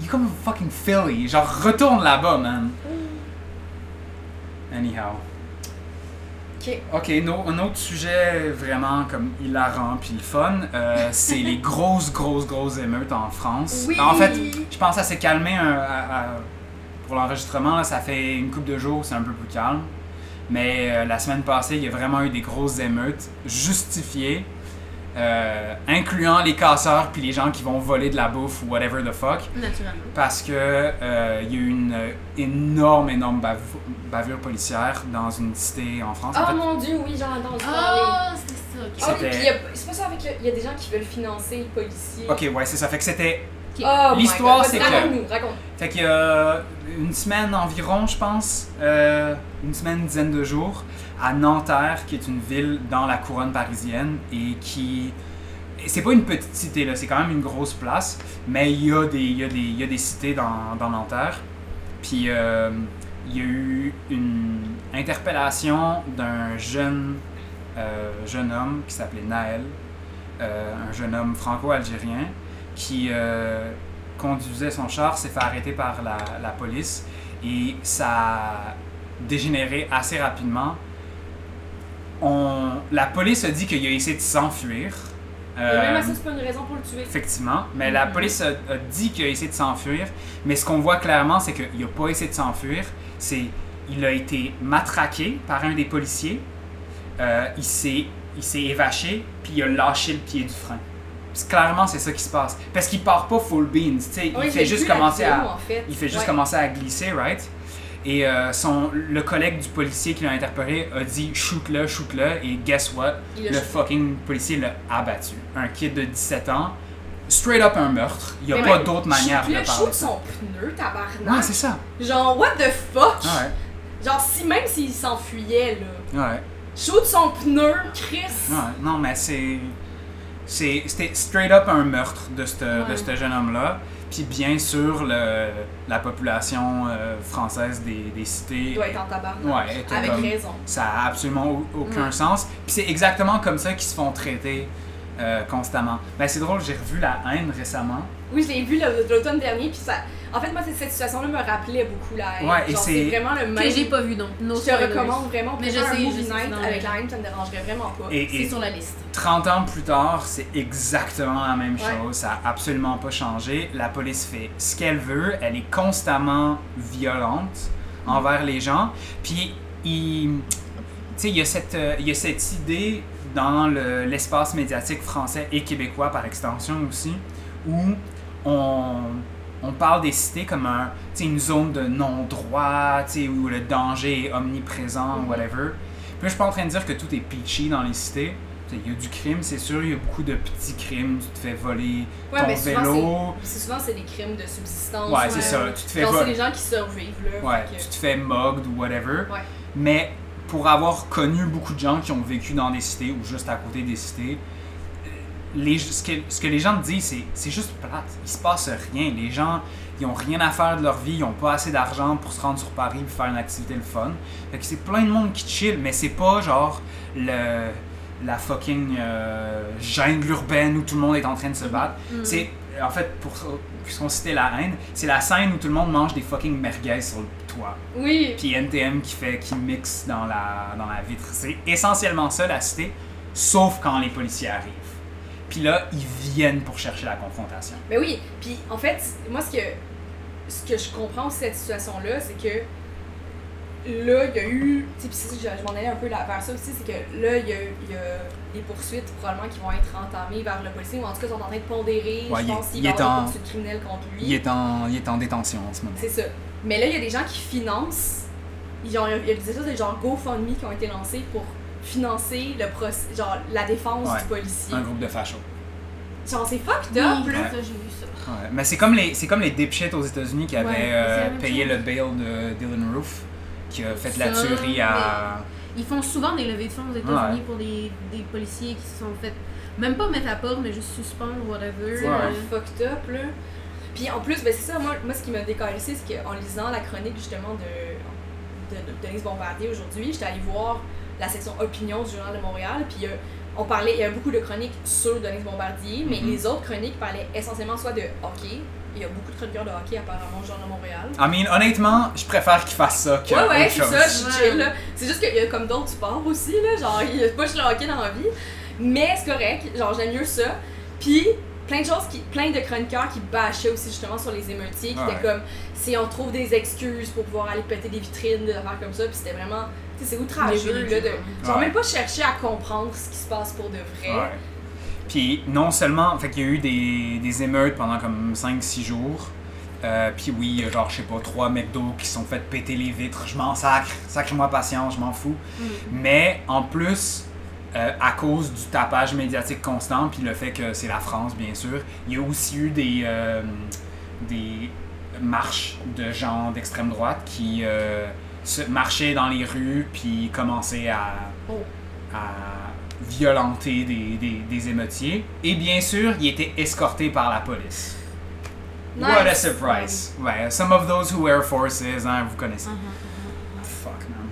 S1: il est comme fucking Philly. Genre, retourne là-bas, man. Anyhow.
S2: Mm. Ok.
S1: Ok, no- un autre sujet vraiment comme hilarant puis le fun, euh, c'est les grosses, grosses, grosses émeutes en France.
S2: Oui.
S1: En fait, je pense que ça s'est calmé un- euh, à- à- pour l'enregistrement, là, ça fait une couple de jours, c'est un peu plus calme. Mais euh, la semaine passée, il y a vraiment eu des grosses émeutes justifiées euh, incluant les casseurs puis les gens qui vont voler de la bouffe ou whatever the fuck,
S3: naturellement.
S1: parce que euh, il y a eu une énorme, énorme bav- bavure policière dans une cité en France. En
S2: Oh
S1: fait,
S2: mon dieu, oui, j'en entends parler.
S3: Ah, c'est ça, ok.
S2: Ah oui,
S1: C'était-
S2: puis il y a- c'est pas ça avec le. Il y a des gens qui veulent financer les policiers.
S1: Ok, ouais, c'est ça. Fait que c'était
S2: Oh my
S1: L'histoire,
S2: God.
S1: c'est que-
S2: Raconte-nous, raconte.
S1: Fait qu'il y a une semaine environ, je pense, euh, une semaine, une dizaine de jours, à Nanterre, qui est une ville dans la couronne parisienne et qui. et C'est pas une petite cité, là, c'est quand même une grosse place, mais il y a des, il y a des, il y a des cités dans, dans Nanterre. Puis euh, il y a eu une interpellation d'un jeune, euh, jeune homme qui s'appelait Naël, euh, un jeune homme franco-algérien, qui. euh, conduisait son char s'est fait arrêter par la, la police et ça a dégénéré assez rapidement. On, la police a dit qu'il a essayé de s'enfuir.
S2: Mais même
S1: Euh,
S2: à ça, c'est pas une raison pour le tuer.
S1: Effectivement, mais la police a, a dit qu'il a essayé de s'enfuir, mais ce qu'on voit clairement, c'est qu'il n'a pas essayé de s'enfuir, c'est il a été matraqué par un des policiers, euh, il s'est il s'est évaché, puis il a lâché le pied du frein. C'est- Clairement, c'est ça qui se passe. Parce qu'il part pas full beans, tu sais,
S2: Oui,
S1: il
S2: j'ai
S1: fait
S2: vu
S1: juste
S2: la
S1: commencer
S2: vidéo,
S1: à...
S2: en fait.
S1: Il fait juste
S2: Ouais.
S1: commencer à glisser, right? Et euh, son, le collègue du policier qui l'a interpellé a dit shoot-le, shoot-le, et guess what?
S2: Il a
S1: Le
S2: shooté.
S1: fucking policier l'a abattu. Un kid de 17 ans, straight up un meurtre. Il n'y a
S2: Mais
S1: pas
S2: ouais,
S1: d'autre manière de
S2: Shoot-le,
S1: parler
S2: shoot
S1: de ça.
S2: son pneu, tabarnak.
S1: Ouais, c'est ça.
S2: Genre, what the fuck?
S1: Ouais,
S2: Genre, si même s'il s'enfuyait, là.
S1: ouais,
S2: Shoot son pneu, Chris.
S1: ouais. Non, mais c'est. c'est- C'était straight up un meurtre de ce de
S3: Ouais.
S1: ce jeune homme-là. Puis bien sûr, le, la population euh, française des, des cités.
S2: Il doit être en tabarnak.
S1: Ouais, était
S2: Avec
S1: comme-
S2: raison.
S1: Ça a absolument au- aucun sens. Puis c'est exactement comme ça qu'ils se font traiter euh, constamment. Ben c'est drôle, j'ai revu La haine récemment.
S2: Oui, je l'ai vu le- l'automne dernier, puis ça. En fait, moi, c'est- cette situation-là me rappelait beaucoup la haine.
S1: Ouais, et
S2: Genre,
S1: c'est-
S2: c'est vraiment le
S3: Que
S2: même.
S3: j'ai pas vu donc. No
S2: Je te
S3: spoilers.
S2: recommande vraiment.
S3: Mais je
S2: prépare un
S3: sais, je
S2: movie
S3: sais, c'est
S2: night
S3: dans le-
S2: avec la haine, ça me dérangerait vraiment pas.
S1: Et, et
S3: C'est sur la liste.
S1: 30 ans plus tard, c'est exactement la même
S2: Ouais.
S1: chose. Ça a absolument pas changé. La police fait ce qu'elle veut. Elle est constamment violente envers les gens. Puis, il, tu sais, il y, a cette, euh, il y a cette idée dans le- l'espace médiatique français et québécois par extension aussi, où on, on parle des cités comme un, tu sais, une zone de non-droit, tu sais, où le danger est omniprésent,
S2: Mm-hmm.
S1: whatever. Puis là, je suis pas en train de dire que tout est peachy dans les cités. Tu sais, Il y a du crime, c'est sûr, il y a beaucoup de petits crimes. Tu te fais voler
S2: Ouais,
S1: ton
S2: mais souvent,
S1: vélo.
S2: Puis souvent, c'est des crimes de subsistance.
S1: Ouais, c'est ça. Tu te fais
S2: Genre, c'est
S1: voler.
S2: les gens qui survivent, là.
S1: Ouais,
S2: fait que-
S1: tu te fais mugged ou whatever.
S2: Ouais.
S1: Mais pour avoir connu beaucoup de gens qui ont vécu dans des cités ou juste à côté des cités, euh, les, ce, que, ce que les gens te disent, c'est, c'est juste plate. Il se passe rien. Les gens, ils ont rien à faire de leur vie, ils ont pas assez d'argent pour se rendre sur Paris et faire une activité le fun. Fait que c'est plein de monde qui chill, mais c'est pas genre le, la fucking euh, jungle urbaine où tout le monde est en train de se battre.
S3: Mm-hmm.
S1: C'est, en fait, pour puisqu'on citait la haine, c'est la scène où tout le monde mange des fucking merguez sur le toit.
S2: Oui.
S1: Puis NTM qui fait, qui mixe dans la, dans la vitre. C'est essentiellement ça la cité, sauf quand les policiers arrivent. Puis là, ils viennent pour chercher la confrontation.
S2: Mais oui. Puis en fait, moi, ce que, ce que je comprends aussi de cette situation-là, c'est que là, il y a eu. Tu sais, puis c'est ça, je, je m'en allais un peu là- vers ça aussi, c'est que là, il y a, il y a des poursuites probablement qui vont être entamées vers le policier, ou en tout cas, ils sont en train de pondérer.
S1: Ouais,
S2: je
S1: il-
S2: pense qu'il
S1: il
S2: va y
S1: est en-
S2: avoir des poursuites criminelles contre lui.
S1: Il est en, il est en détention en ce moment.
S2: C'est ça. Mais là, il y a des gens qui financent. Il y a il y a des choses de genre GoFundMe qui ont été lancés pour financer le proc- genre la défense
S1: Ouais.
S2: du policier.
S1: Un groupe de fachos.
S2: Genre, c'est fucked
S3: Là,
S2: up,
S3: plus,
S2: là.
S1: Ouais.
S3: ça, j'ai vu ça.
S1: Ouais, Mais c'est comme les, c'est comme les dipshits aux États-Unis qui avaient
S3: Ouais, c'est
S1: euh,
S3: la même
S1: payé
S3: chose.
S1: le bail de Dylan Roof, qui a fait de la
S3: Ça,
S1: tuerie à.
S3: Ils font souvent des levées de fonds aux États-Unis
S1: Ouais.
S3: pour des, des policiers qui se sont fait, même pas mettre à port, mais juste suspendre, whatever. Euh,
S2: C'est
S1: Ouais.
S2: vraiment fucked up, là. Puis en plus, ben, c'est ça, moi, moi, ce qui m'a décalissé, c'est qu'en lisant la chronique justement de, de, de Denise Bombardier aujourd'hui, j'étais allée voir la section opinion du Journal de Montréal, puis euh, on parlait, il y a beaucoup de chroniques sur Denise Bombardier, mais
S1: Mhm.
S2: les autres chroniques parlaient essentiellement soit de hockey, il y a beaucoup de chroniqueurs de hockey apparemment au Journal de Montréal.
S1: I mean, honnêtement, je préfère qu'il fasse ça que
S2: Ouais, ouais,
S1: autre
S2: c'est
S1: chose.
S2: ça, je suis
S3: Ouais.
S2: chill, là. C'est juste qu'il y a comme d'autres sports aussi, là. Genre, il y a pas juste le hockey dans la vie. Mais c'est correct, genre, j'aime mieux ça. Puis, plein de choses, qui, plein de chroniqueurs qui bâchaient aussi justement sur les émeutiers, qui
S1: Ouais.
S2: étaient comme, si on trouve des excuses pour pouvoir aller péter des vitrines, des affaires comme ça, puis c'était vraiment, tu sais, c'est outrageux, Ah, là. De, genre,
S1: Ouais.
S2: même pas chercher à comprendre ce qui se passe pour de vrai.
S1: Ouais. Puis non seulement, fait qu'il y a eu des, des émeutes pendant comme 5-6 jours. Euh, puis oui, il y a genre, je sais pas, trois McDo qui se sont fait péter les vitres. Je m'en sacre, sacre-moi patience, je m'en fous. Mais en plus, euh, à cause du tapage médiatique constant, puis le fait que c'est la France, bien sûr, il y a aussi eu des, euh, des marches de gens d'extrême droite qui euh, se marchaient dans les rues, puis commençaient à,
S3: Oh.
S1: à violenter des, des, des émeutiers. Et bien sûr, ils étaient escortés par la police. What a
S2: Nice.
S1: surprise! Ouais, some of those who wear forces, hein, vous connaissez. Fuck, man.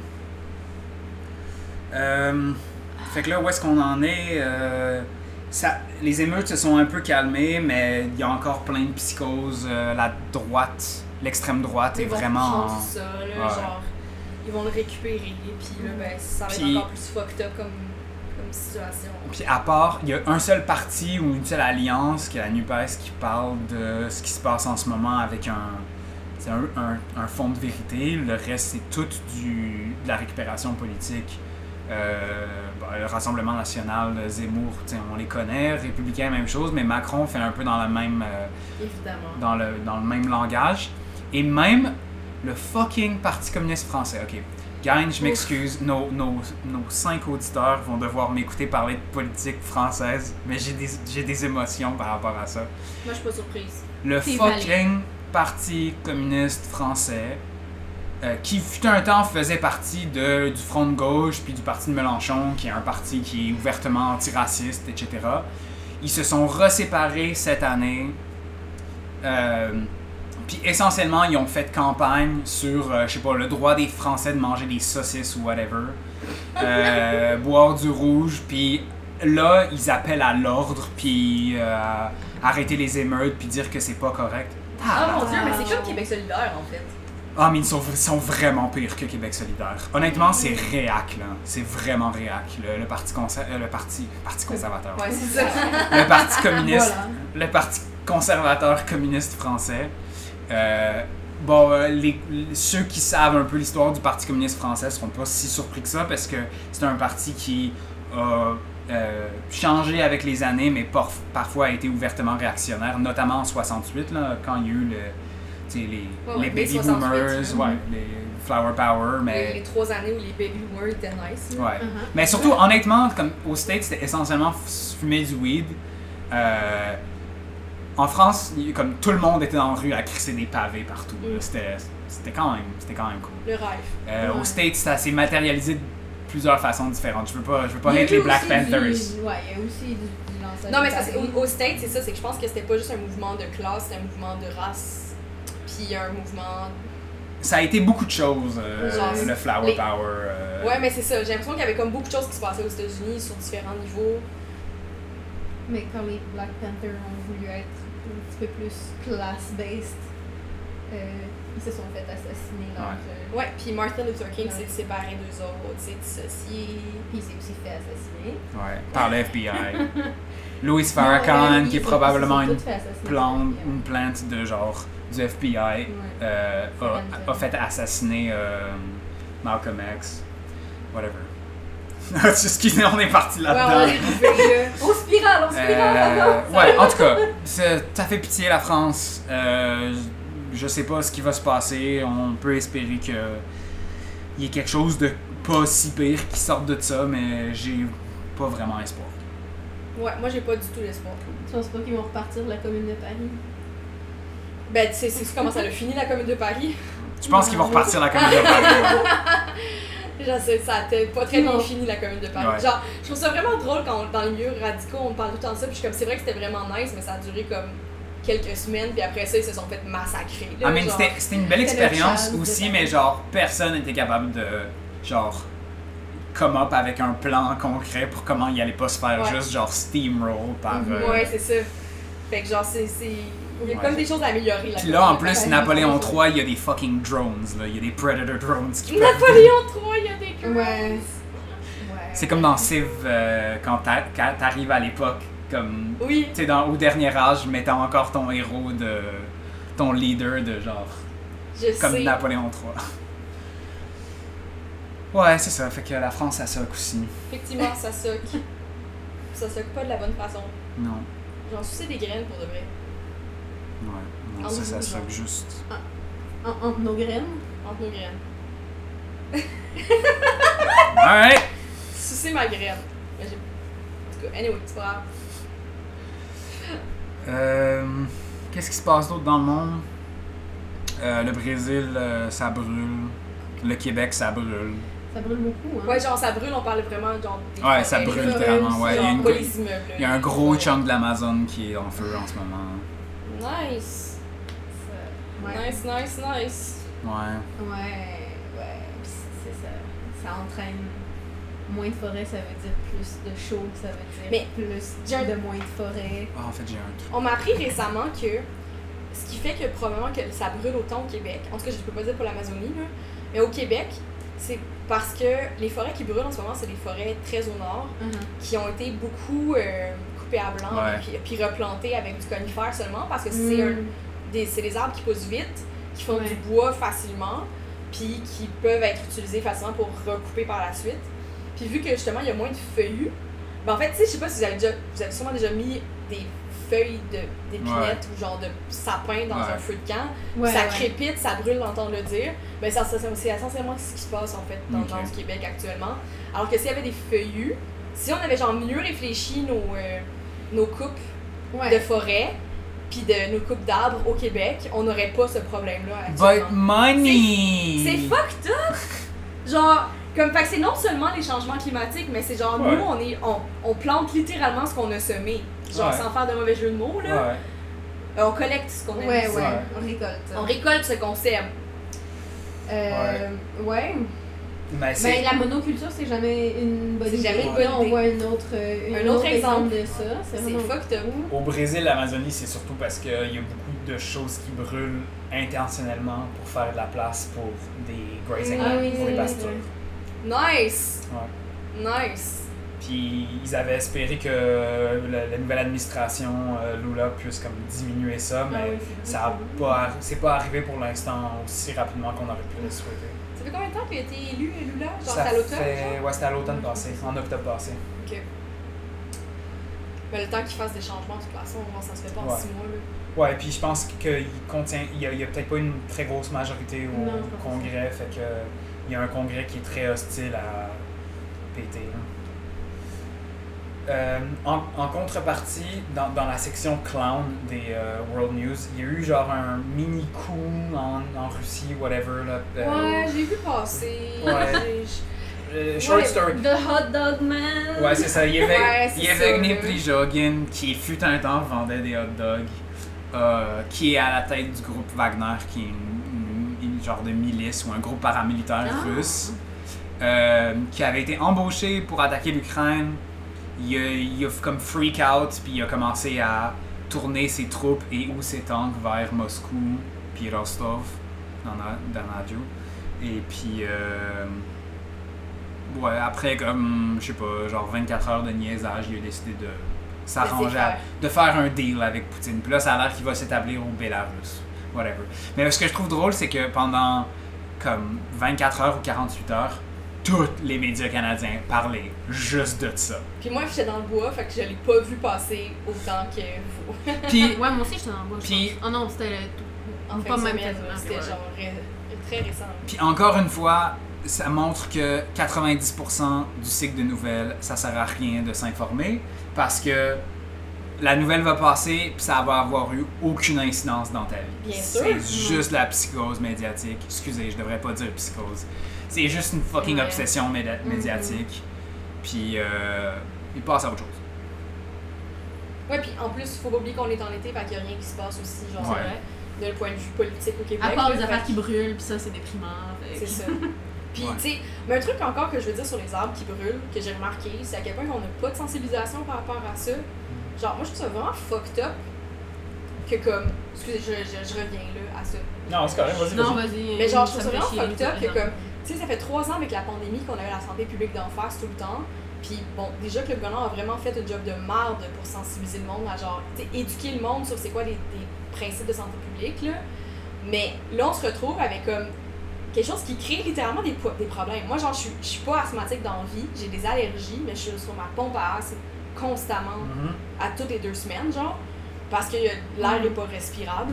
S1: Euh, fait que là, où est-ce qu'on en est? Euh, ça, les émeutes se sont un peu calmées, mais il y a encore plein de psychoses. Euh, la droite, l'extrême droite est
S2: Ils vont
S1: vraiment.
S2: prendre ça, là,
S1: Ouais.
S2: genre, ils vont le récupérer, puis là, ben, ça va
S1: Puis-
S2: être encore plus fucked up comme, comme situation.
S1: Puis à part, il y a un seul parti ou une seule alliance, qui est la NUPES, qui parle de ce qui se passe en ce moment avec un, c'est un, un- un fond de vérité. Le reste, c'est tout du, de la récupération politique. Euh, bah, le Rassemblement national, le Zemmour, tu sais, on les connaît. Républicains, même chose, mais Macron fait un peu dans la même... euh,
S2: Évidemment.
S1: dans le, dans le même langage. Et même le fucking Parti communiste français. Ok, Gagne, je m'excuse, nos, nos, nos cinq auditeurs vont devoir m'écouter parler de politique française, mais j'ai des, j'ai des émotions par rapport à ça.
S2: Moi, je suis pas surprise.
S1: Le
S3: C'est
S1: fucking
S3: valide.
S1: Parti communiste français, euh, qui fut un temps faisait partie de, du Front de gauche, puis du Parti de Mélenchon, qui est un parti qui est ouvertement antiraciste, etc. Ils se sont reséparés cette année. Euh, puis essentiellement, ils ont fait campagne sur, euh, je sais pas, le droit des Français de manger des saucisses ou whatever, Euh, boire du rouge, puis là, ils appellent à l'ordre, puis euh, à arrêter les émeutes, puis dire que c'est pas correct.
S2: Ah,
S1: Ah,
S2: mon dieu, mais c'est comme Québec solidaire, en fait.
S1: ah, mais ils sont, ils sont vraiment pires que Québec solidaire. Honnêtement, c'est réac, là. C'est vraiment réac. Le, le parti, conser- euh, le parti, parti conservateur.
S2: Ouais, c'est ça.
S1: Le parti communiste.
S3: Voilà.
S1: Le parti conservateur communiste français. Euh, bon, euh, les, les- ceux qui savent un peu l'histoire du parti communiste français seront pas si surpris que ça parce que c'est un parti qui a euh, changé avec les années, mais por- parfois a été ouvertement réactionnaire, notamment en 68, là, quand il y a eu le, tu sais, les,
S2: Ouais, ouais,
S1: les
S2: mai
S1: baby
S2: 68,
S1: boomers,
S2: là.
S1: ouais, les flower power, mais...
S2: Les, les trois années où les baby boomers étaient nice. là.
S1: Ouais. Mais surtout, honnêtement, comme aux States, c'était essentiellement f- fumer du weed. Euh, en France, il- comme tout le monde était en rue à crisser des pavés partout. là.
S2: Mm.
S1: C'était, c'était, quand même, c'était quand même cool.
S2: Le rêve.
S1: Euh, Aux
S3: Ouais.
S1: States, ça s'est matérialisé de plusieurs façons différentes. Je veux pas, je veux pas
S3: Il y a
S1: être les
S3: eu
S1: Black
S3: aussi
S1: Panthers.
S3: du- Ouais, il y a aussi du, du lançage
S2: Non, mais
S3: de
S2: ça, c'est
S3: papier.
S2: au, au States, c'est ça, c'est que je pense que c'était pas juste un mouvement de classe, c'était un mouvement de race, puis un mouvement.
S1: Ça a été beaucoup de choses. euh,
S2: Genre,
S1: le flower
S2: les-
S1: power. euh,
S2: Ouais, mais c'est ça, j'ai l'impression qu'il y avait comme beaucoup de choses qui se passaient aux États-Unis sur différents niveaux.
S3: Mais quand les Black Panthers ont voulu être un petit peu plus class-based, euh, ils se sont fait assassiner.
S1: Ouais.
S3: Donc, euh,
S2: Ouais, puis Martin Luther King s'est séparé d'eux autres, s'est dissocié.
S3: puis il s'est aussi fait assassiner.
S1: ouais, par le FBI. Louis
S3: Non,
S1: Farrakhan,
S3: euh,
S1: qui est
S3: ils se-
S1: probablement
S3: ils se sont
S1: une
S3: tous fait assassiner.
S1: plante, une plainte de genre du FBI.
S3: Ouais.
S1: euh, a,
S3: Renzo.
S1: a fait assassiner euh, Malcolm X. Whatever. Excusez, on est parti là-dedans.
S2: Ouais, on est coupé, là.
S3: On spirale, on spirale!
S1: Euh, ouais, en tout cas, c'est- ça fait pitié la France. Euh, je sais pas ce qui va se passer. On peut espérer que il y ait quelque chose de pas si pire qui sorte de ça, mais j'ai pas vraiment espoir.
S2: Ouais, moi j'ai pas du tout l'espoir.
S3: Tu penses pas qu'ils vont repartir de la Commune de Paris?
S2: Ben, tu sais, c'est comment ça l'a fini la Commune de Paris?
S1: Tu penses qu'ils vont repartir la commune de Paris?
S2: Genre, c'est- ça a été pas très bien
S3: Non.
S2: fini la Commune de Paris.
S1: Ouais.
S2: Genre, je trouve ça vraiment drôle quand on- dans les milieux radicaux, on parle tout le temps de ça, puis je suis comme, c'est vrai que c'était vraiment nice, mais ça a duré comme quelques semaines, puis après ça, ils se sont fait massacrer. là,
S1: I mean,
S2: genre.
S1: c'était c'était Ah, une belle
S3: C'était le
S1: expérience
S3: jazz de
S1: aussi,
S3: Paris.
S1: mais genre, personne n'était capable de, genre, come up avec un plan concret pour comment il allait pas se faire
S2: Ouais. Mhm.
S1: juste, genre, steamroll par. euh,
S2: Ouais, c'est ça. Fait que genre, c'est. c'est- Il y a
S1: Ouais.
S2: comme des choses à améliorer là.
S1: Puis là, en plus,
S3: Ouais.
S1: Napoléon III, il y a des fucking drones, là. Il y a des Predator drones qui peuvent-
S2: Napoléon III, il y a des queues.
S3: Ouais.
S1: C'est comme dans Civ, euh, quand t'a- quand t'arrives à l'époque, comme.
S2: Oui.
S1: Tu sais, dans- au dernier âge, mettant encore ton héros de. ton leader de genre.
S2: Je
S1: Comme
S2: sais.
S1: Napoléon III. Ouais, c'est ça. Fait que la France, ça soque aussi.
S2: Effectivement, ça soque. Ça soque pas de la bonne façon.
S1: Non.
S3: J'en suçais des graines pour de vrai.
S1: Ouais.
S3: Ah
S1: Non, ça,
S3: oui, Ah.
S1: ça
S3: oui,
S1: se
S3: genre.
S1: fait juste.
S3: En- Entre nos graines Entre nos graines.
S1: Ouais!
S3: Sucer ma graine. Mais j'ai- En tout cas, anyway, c'est pas grave.
S1: Euh, Qu'est-ce qui se passe d'autre dans le monde? Euh, le Brésil, euh, ça brûle. Le Québec, ça brûle.
S3: Ça brûle beaucoup, hein.
S2: Ouais, genre ça brûle, on parle vraiment genre. des
S1: Ouais, ça
S2: forêts,
S1: brûle
S3: euh,
S2: des forêts
S1: littéralement,
S2: aussi,
S1: ouais. Il y a
S2: genre,
S1: une-
S2: pas les immeubles.
S1: Il y a un gros chunk de l'Amazon qui est en feu en ce moment.
S2: Nice.
S3: Ouais.
S2: Nice, nice, nice.
S1: Ouais.
S3: Ouais, ouais, pis c'est c'est ça. Ça entraîne moins de forêt, ça veut dire plus de chaud, ça veut dire
S2: Mais
S3: plus
S2: j'ai un-
S3: de moins de forêt.
S1: Ah, en fait, j'ai un truc.
S2: On m'a appris récemment que ce qui fait que probablement que ça brûle autant au Québec, en tout cas je peux pas dire pour l'Amazonie, là, mais au Québec, c'est parce que les forêts qui brûlent en ce moment, c'est des forêts très au nord
S3: Mm.
S2: qui ont été beaucoup euh, coupées à blanc
S1: Ouais.
S2: puis, puis replantées avec du conifère seulement parce que c'est
S3: C'est
S2: un- des, c'est des arbres qui poussent vite, qui font
S3: Ouais.
S2: du bois facilement, puis qui peuvent être utilisés facilement pour recouper par la suite. Puis vu que justement il y a moins de feuillus, ben en fait, tu sais, je sais pas si vous avez déjà, vous avez sûrement déjà mis des feuilles de d'épinettes ou genre de sapin dans
S1: Ouais.
S2: un feu de camp.
S3: un... ouais,
S2: ça
S3: ouais.
S2: crépite, ça brûle d'entendre le dire. Mais ça, ça- c'est c'est essentiellement ce qui se passe en fait dans le
S1: Ok.
S2: nord du Québec actuellement. Alors que s'il y avait des feuillus, si on avait genre mieux réfléchi nos, euh, nos coupes
S3: Ouais.
S2: de forêt puis de nos coupes d'arbres au Québec, on n'aurait pas ce problème-là actuellement.
S1: But money!
S2: C'est fucked up! Genre, comme, fait que c'est non seulement les changements climatiques, mais c'est genre,
S1: Ouais.
S2: nous, on, est, on, on plante littéralement ce qu'on a semé. Genre,
S1: Ouais.
S2: sans faire de mauvais jeu de mots, là.
S1: Ouais.
S2: Euh, on collecte ce qu'on a
S3: Ouais,
S2: mis.
S3: ouais,
S1: Ouais.
S3: on récolte.
S2: On récolte ce qu'on sème.
S3: Euh, ouais.
S1: Mais c'est.
S3: Ben, la monoculture, c'est jamais une bonne
S2: C'est
S3: idée.
S2: jamais
S1: une
S2: bonne
S3: Là, on
S2: idée.
S3: voit une autre, euh, une
S2: Un autre exemple.
S3: de ça. C'est
S2: C'est
S3: vraiment
S2: fucked up.
S1: Au Brésil, l'Amazonie, c'est surtout parce qu'il y a beaucoup de choses qui brûlent intentionnellement pour faire de la place pour des grazing
S2: Ah
S1: lands,
S3: oui,
S1: pour des
S3: oui,
S1: pastures.
S3: oui.
S2: Nice!
S1: Ouais.
S2: Nice!
S1: Puis ils avaient espéré que euh, la, la nouvelle administration euh, Lula puisse comme diminuer ça, mais
S3: Ah oui, c'est vrai,
S1: ça a
S3: c'est
S1: pas, arri- c'est pas arrivé pour l'instant aussi rapidement qu'on aurait pu le souhaiter.
S2: Ça fait combien de temps qu'il a été élu, euh, Lula? Genre, c'est
S1: Ça
S2: à l'automne?
S1: fait-
S2: genre?
S1: ouais, c'était à l'automne passé, en octobre passé.
S2: Mais Ben, le temps qu'il fasse des changements, de toute façon, genre, ça se fait pas en
S1: Ouais.
S2: six mois, là.
S1: Ouais, puis je pense qu'il contient, il y a, il y a peut-être pas une très grosse majorité au
S3: Non, je pense pas.
S1: congrès, fait que il y a un congrès qui est très hostile à péter. là. Euh, en, en contrepartie, dans, dans la section clown des euh, World News, il y a eu genre un mini coup en, en Russie, whatever. Là, euh,
S2: Ouais, j'ai vu passer.
S1: Ouais.
S2: J'ai-
S1: euh, short
S2: ouais.
S1: story.
S3: The Hot Dog Man.
S1: Ouais, c'est ça.
S2: Ouais,
S1: Yevgeny
S2: c'est
S1: Yevgeny
S2: ça.
S1: Prigogine, qui fut un temps vendait des hot dogs, euh, qui est à la tête du groupe Wagner, qui est une, une- une genre de milice ou un groupe paramilitaire
S3: Ah.
S1: russe, euh, qui avait été embauché pour attaquer l'Ukraine. Il a, il a comme freak out, puis il a commencé à tourner ses troupes et ou ses tanks vers Moscou, puis Rostov, dans la, dans la radio. Et puis, euh, ouais, après, comme, je sais pas, genre 24 heures de niaisage, il a décidé de s'arranger, à-
S2: faire.
S1: de faire un deal avec Poutine. Puis là, ça a l'air qu'il va s'établir au Bélarus. Whatever. Mais ce que je trouve drôle, c'est que pendant comme 24 heures ou 48 heures, tous les médias canadiens parlaient juste de ça.
S2: Puis moi, j'étais dans le bois, fait que je l'ai pas vu passer autant que vous.
S1: Puis,
S3: Ouais, moi aussi, j'étais dans le bois. je
S1: Puis-
S3: pense. Oh non, c'était le tout.
S2: En fin
S3: Pas
S2: de
S3: même
S2: semaine,
S3: quasiment,
S2: c'était
S3: ouais.
S2: genre ré- très récent.
S1: puis encore une fois, ça montre que 90% du cycle de nouvelles, ça sert à rien de s'informer parce que la nouvelle va passer puis ça va avoir eu aucune incidence dans ta vie.
S2: Bien
S1: C'est
S3: sûr.
S1: juste la psychose médiatique. Excusez, je devrais pas dire psychose. C'est juste une fucking
S3: Ouais.
S1: obsession méda-
S3: Mhm.
S1: médiatique. Puis euh, il passe à autre chose.
S2: Ouais, puis en plus, faut pas oublier qu'on est en été, fait qu'il y a rien qui se passe aussi, genre,
S1: Ouais.
S2: de le point de vue politique au Québec.
S3: À part
S2: là,
S3: les
S2: fait
S3: affaires
S2: que-
S3: qui brûlent, pis ça, c'est déprimant. fait
S2: C'est
S3: que-
S2: ça. Puis,
S1: Ouais.
S2: tu sais, mais un truc encore que je veux dire sur les arbres qui brûlent, que j'ai remarqué, c'est à quel point on n'a pas de sensibilisation par rapport à ça. Genre, moi, je trouve ça vraiment fucked up que, comme, excusez, je, je, je reviens là à ça.
S1: Non, c'est correct, vas-y,
S3: Non, vas-y.
S2: Mais genre, je trouve ça
S3: ça me fait
S2: vraiment
S3: chier,
S2: fucked up
S3: ça,
S2: que,
S3: genre.
S2: comme, tu sais, ça fait trois ans avec la pandémie qu'on avait la santé publique d'en face tout le temps. Puis, bon, déjà que le gouvernement a vraiment fait un job de marde pour sensibiliser le monde à, genre, tu sais, éduquer le monde sur c'est quoi des, des principes de santé publique, là. Mais là, on se retrouve avec comme quelque chose qui crée littéralement des, po- des problèmes. Moi, genre, je suis, je suis pas asthmatique dans la vie, j'ai des allergies, mais je suis sur ma pompe à asthme
S4: constamment
S1: Mhm.
S4: à toutes les deux semaines, genre, parce que y a- l'air n'est pas respirable.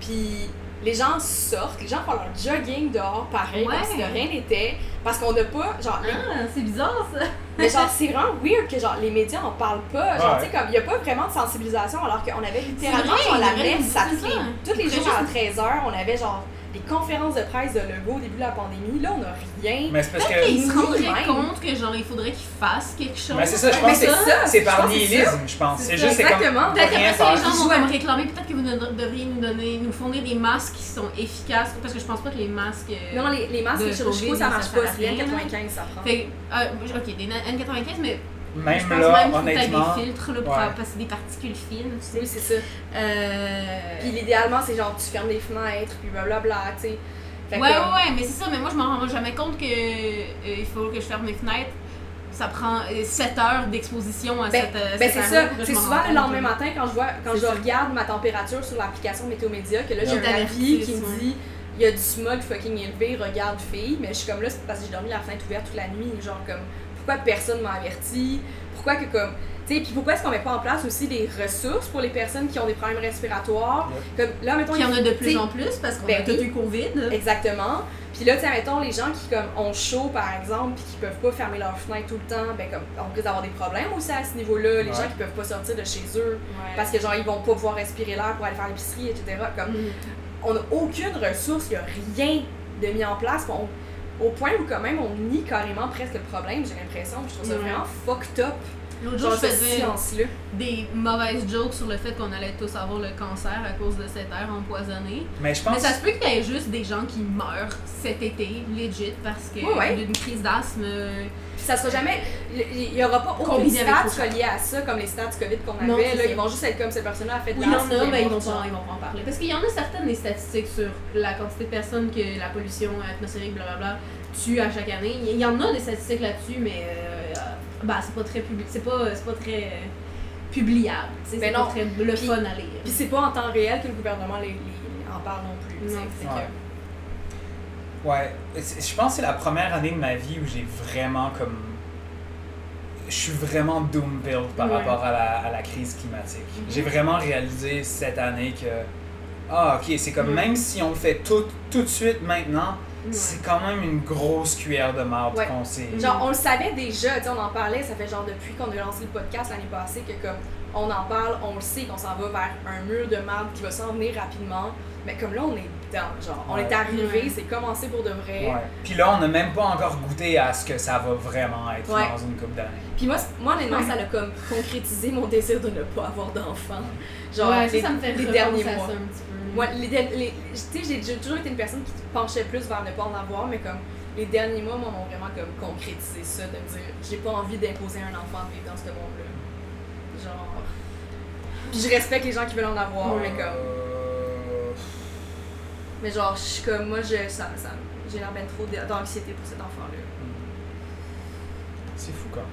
S4: Puis les gens sortent, les gens font leur jogging dehors, pareil, comme
S3: Ouais.
S4: si de rien n'était, parce qu'on n'a pas, genre, les-
S3: Ah, c'est bizarre ça!
S4: mais genre, c'est vraiment weird que, genre, les médias en parlent pas, genre,
S1: Ouais.
S4: tu sais, comme, il n'y a pas vraiment de sensibilisation, alors qu'on avait littéralement,
S3: vrai,
S4: genre, la
S3: il y avait-
S4: messe, à
S3: c'est
S4: tous
S3: ça.
S4: les, tous les
S3: Très
S4: jours
S3: juste-
S4: à 13h, on avait, genre, des conférences de presse de Legault au début de la pandémie, là, on n'a rien.
S1: Mais c'est parce que.
S3: Peut-être qu'ils se
S4: nous
S3: rendraient
S4: même.
S3: compte que genre il faudrait qu'ils fassent quelque chose.
S1: Mais c'est ça, je pense
S4: Mais
S1: que
S4: c'est
S1: c'est-
S4: ça,
S1: c'est
S4: je
S1: par
S4: pense que c'est
S1: nihilisme, je pense.
S4: C'est
S1: C'est
S4: ça,
S1: juste, c'est comme.
S4: exactement.
S1: on peut
S3: Peut-être
S1: rien
S3: qu'après ça, les
S1: faire.
S3: gens vont comme réclamer, peut-être que vous ne devriez nous donner, nous fournir des masques qui sont efficaces, parce que je pense pas que les masques. euh,
S2: Non, les, les masques
S3: De
S2: chirurgicaux,
S3: COVID,
S2: ça
S3: ça
S2: marche
S3: sert
S2: pas.
S3: à
S2: C'est bien
S3: rien.
S2: 95, ça prend.
S3: Fait, euh, ok, des N95, mais je
S1: Même
S3: pense
S1: là,
S3: même qu'il faut que
S1: honnêtement.
S3: t'aies des filtres là, pour
S1: ouais.
S3: faire passer des particules fines, tu sais.
S2: Oui, c'est ça.
S3: Euh...
S2: Puis idéalement, c'est genre, tu fermes les fenêtres, puis blablabla, tu sais. Fait
S3: Ouais,
S2: que,
S3: ouais,
S2: comme,
S3: ouais, mais c'est ça, mais moi je m'en rends jamais compte que euh, il faut que je ferme mes fenêtres. Ça prend 7 heures d'exposition à cette. euh,
S2: Ben
S3: cette
S2: c'est
S3: heure-là,
S2: ça,
S3: je
S2: c'est
S3: m'en
S2: souvent
S3: rends
S2: le
S3: compte.
S2: lendemain matin quand je vois quand
S3: C'est
S2: je
S3: ça.
S2: regarde ma température sur l'application Météo Média que là j'ai
S1: Ouais.
S2: un avis qui me
S3: Ouais.
S2: dit il y a du smog fucking élevé, regarde fille, mais je suis comme là c'est parce que j'ai dormi la fenêtre ouverte toute la nuit, genre comme pourquoi personne m'a averti, pourquoi que comme tu sais puis pourquoi est-ce qu'on met pas en place aussi des ressources pour les personnes qui ont des problèmes respiratoires comme là mettons
S3: Puis il y en a de
S2: tu
S3: plus
S2: sais,
S3: en plus parce qu'on
S2: ben
S3: a tout
S2: oui.
S3: eu Covid.
S2: Exactement. Puis là, tu sais, mettons, les gens qui comme, ont chaud, par exemple, puis qui peuvent pas fermer leurs fenêtres tout le temps, ben, comme, on risque d'avoir des problèmes aussi à ce niveau-là. Les
S1: Ouais.
S2: gens qui peuvent pas sortir de chez eux parce que, genre, ils vont pas pouvoir respirer l'air pour aller faire l'épicerie, etc. Comme,
S3: Mhm.
S2: on n'a aucune ressource, il a rien de mis en place. Puis on- au point où, quand même, on nie carrément presque le problème, j'ai l'impression. Puis Je trouve ça
S3: Ouais.
S2: vraiment fucked up,
S3: L'autre jour,
S2: genre,
S3: je
S2: ce
S3: faisais
S2: silence-là.
S3: des mauvaises jokes sur le fait qu'on allait tous avoir le cancer à cause de cette air empoisonnée.
S1: Mais je
S3: Mais
S1: pense.
S3: ça se peut qu'il y ait juste des gens qui meurent cet été, legit, parce que
S2: Ouais, ouais.
S3: d'une crise d'asthme. euh,
S2: Puis ça sera jamais. Il n'y aura pas aucune
S3: Combiné avec
S2: stats reliées à ça, comme les stats COVID qu'on
S3: Non,
S2: avait.
S3: c'est
S2: là,
S3: ça.
S2: ils vont juste être comme cette personne-là a fait de
S3: Oui, il y en
S2: l'asthme,
S3: a, mais ils vont,
S2: n'importe
S3: pas,
S2: quoi.
S3: ils vont pas en parler. Parce qu'il y en a certaines des statistiques sur la quantité de personnes que la pollution atmosphérique, blablabla, tue à chaque année. Il y en a des statistiques là-dessus, mais euh, bah, c'est pas très public, c'est pas, c'est pas très euh, publiable. tu sais,
S2: Ben
S3: c'est pas
S2: non.
S3: très le
S2: Puis-
S3: fun à lire.
S2: Puis c'est pas en temps réel que le gouvernement les, les- en parle non plus. tu sais.
S3: Non,
S2: Fait
S1: Ouais.
S2: que-
S1: Ouais, C'est- je pense que c'est la première année de ma vie où j'ai vraiment comme. Je suis vraiment doom-built par
S3: Ouais.
S1: rapport à la, à la crise climatique.
S3: Mhm.
S1: J'ai vraiment réalisé cette année que. Ah, ok, c'est comme
S3: Ouais.
S1: même si on le fait tout, tout de suite maintenant,
S3: Ouais.
S1: c'est quand même une grosse cuillère de marde
S2: Ouais.
S1: qu'on s'est.
S2: Genre, on le savait déjà, tu sais, on en parlait, ça fait genre depuis qu'on a lancé le podcast l'année passée que comme on en parle, on le sait qu'on s'en va vers un mur de marbre qui va s'en venir rapidement. Mais comme là, on est dedans, genre, on
S1: Ouais.
S2: est arrivé,
S3: Ouais.
S2: c'est commencé pour de vrai.
S1: Ouais. Puis là, on n'a même pas encore goûté à ce que ça va vraiment être
S2: Ouais.
S1: dans une coupe d'années.
S2: Puis moi, c- moi honnêtement,
S3: Ouais.
S2: ça a comme concrétisé mon désir de ne pas avoir d'enfant. Genre,
S3: Ouais,
S2: les-
S3: ça, ça me fait
S2: les
S3: repenser
S2: derniers
S3: à ça
S2: mois.
S3: un petit peu.
S2: Moi, les, der- les- tu sais, j'ai- j'ai toujours été une personne qui penchait plus vers ne pas en avoir, mais comme les derniers mois moi, m'ont vraiment comme concrétisé ça, de me dire j'ai pas envie d'imposer à un enfant de vivre dans ce monde-là. Genre. Puis je respecte les gens qui veulent en
S3: Oh
S2: avoir, mais comme.
S1: Euh,
S2: Mais genre, je suis comme, moi, je, ça, ça, j'ai l'air ben trop d'anxiété pour cet enfant-là.
S1: C'est fou quand même.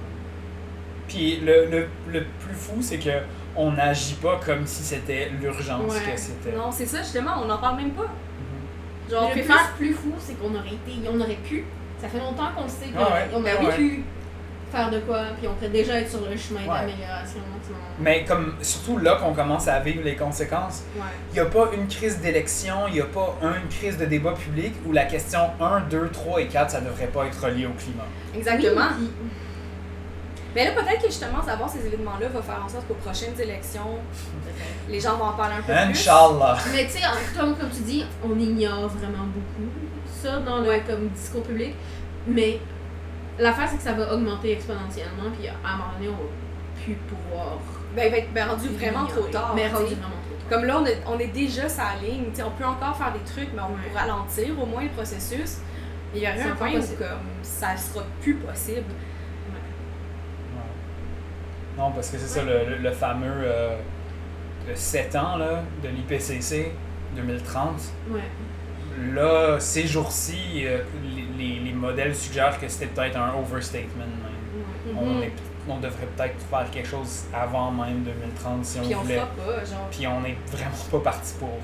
S1: Puis le, le, le plus fou, c'est que on n'agit pas comme si c'était l'urgence
S3: Ouais.
S1: que c'était.
S2: Non, c'est ça, justement, on n'en parle même pas.
S1: Mhm.
S2: Genre, on
S3: le plus,
S2: préfère.
S3: plus fou, c'est qu'on aurait été, on aurait pu. Ça fait longtemps qu'on le sait qu'on
S1: Ah
S3: aurait-
S1: ouais.
S3: on
S1: Ben
S3: aurait
S1: ouais.
S3: pu faire de quoi, puis on pourrait déjà être sur le chemin
S1: Ouais.
S3: d'amélioration. tu vois.
S1: Mais comme surtout là qu'on commence à vivre les conséquences,
S3: Ouais.
S1: il n'y a pas une crise d'élection, il n'y a pas une crise de débat public où la question 1, 2, 3 et 4, ça devrait pas être relié au climat.
S2: Exactement.
S3: Oui, puis-
S2: Mais là, peut-être que justement, savoir ces événements-là va faire en sorte qu'aux prochaines élections, les gens vont en parler un peu
S3: Hein,
S2: plus.
S1: Inch'Allah!
S3: Mais tu sais, en- comme, comme tu dis, on ignore vraiment beaucoup ça dans le
S2: Ouais.
S3: comme discours public. Mais l'affaire, c'est que ça va augmenter exponentiellement, puis à un moment donné, on va plus pouvoir.
S2: Ben, il va être ben, rendu vraiment
S3: ignorer.
S2: trop tard.
S3: Mais
S2: tu sais.
S3: rendu vraiment trop tard.
S2: Comme là, on est, on est déjà sa ligne. tu sais, on peut encore faire des trucs, mais on
S3: Ouais.
S2: peut ralentir au moins le processus. Mais il y
S3: C'est
S2: aura un
S3: encore
S2: point où
S3: possible.
S2: comme, ça sera plus possible.
S1: Ouais. Non, parce que c'est ça, le, le- le fameux euh, le 7 ans là, de l'IPCC 2030.
S3: Ouais.
S1: Là, ces jours-ci, euh, les, les- les modèles suggèrent que c'était peut-être un overstatement même.
S3: ouais.
S1: On,
S2: Mhm.
S1: est- on devrait peut-être faire quelque chose avant même 2030 si on
S2: Puis on
S1: voulait.
S2: fera pas, genre,
S1: Puis on est vraiment pas parti pour.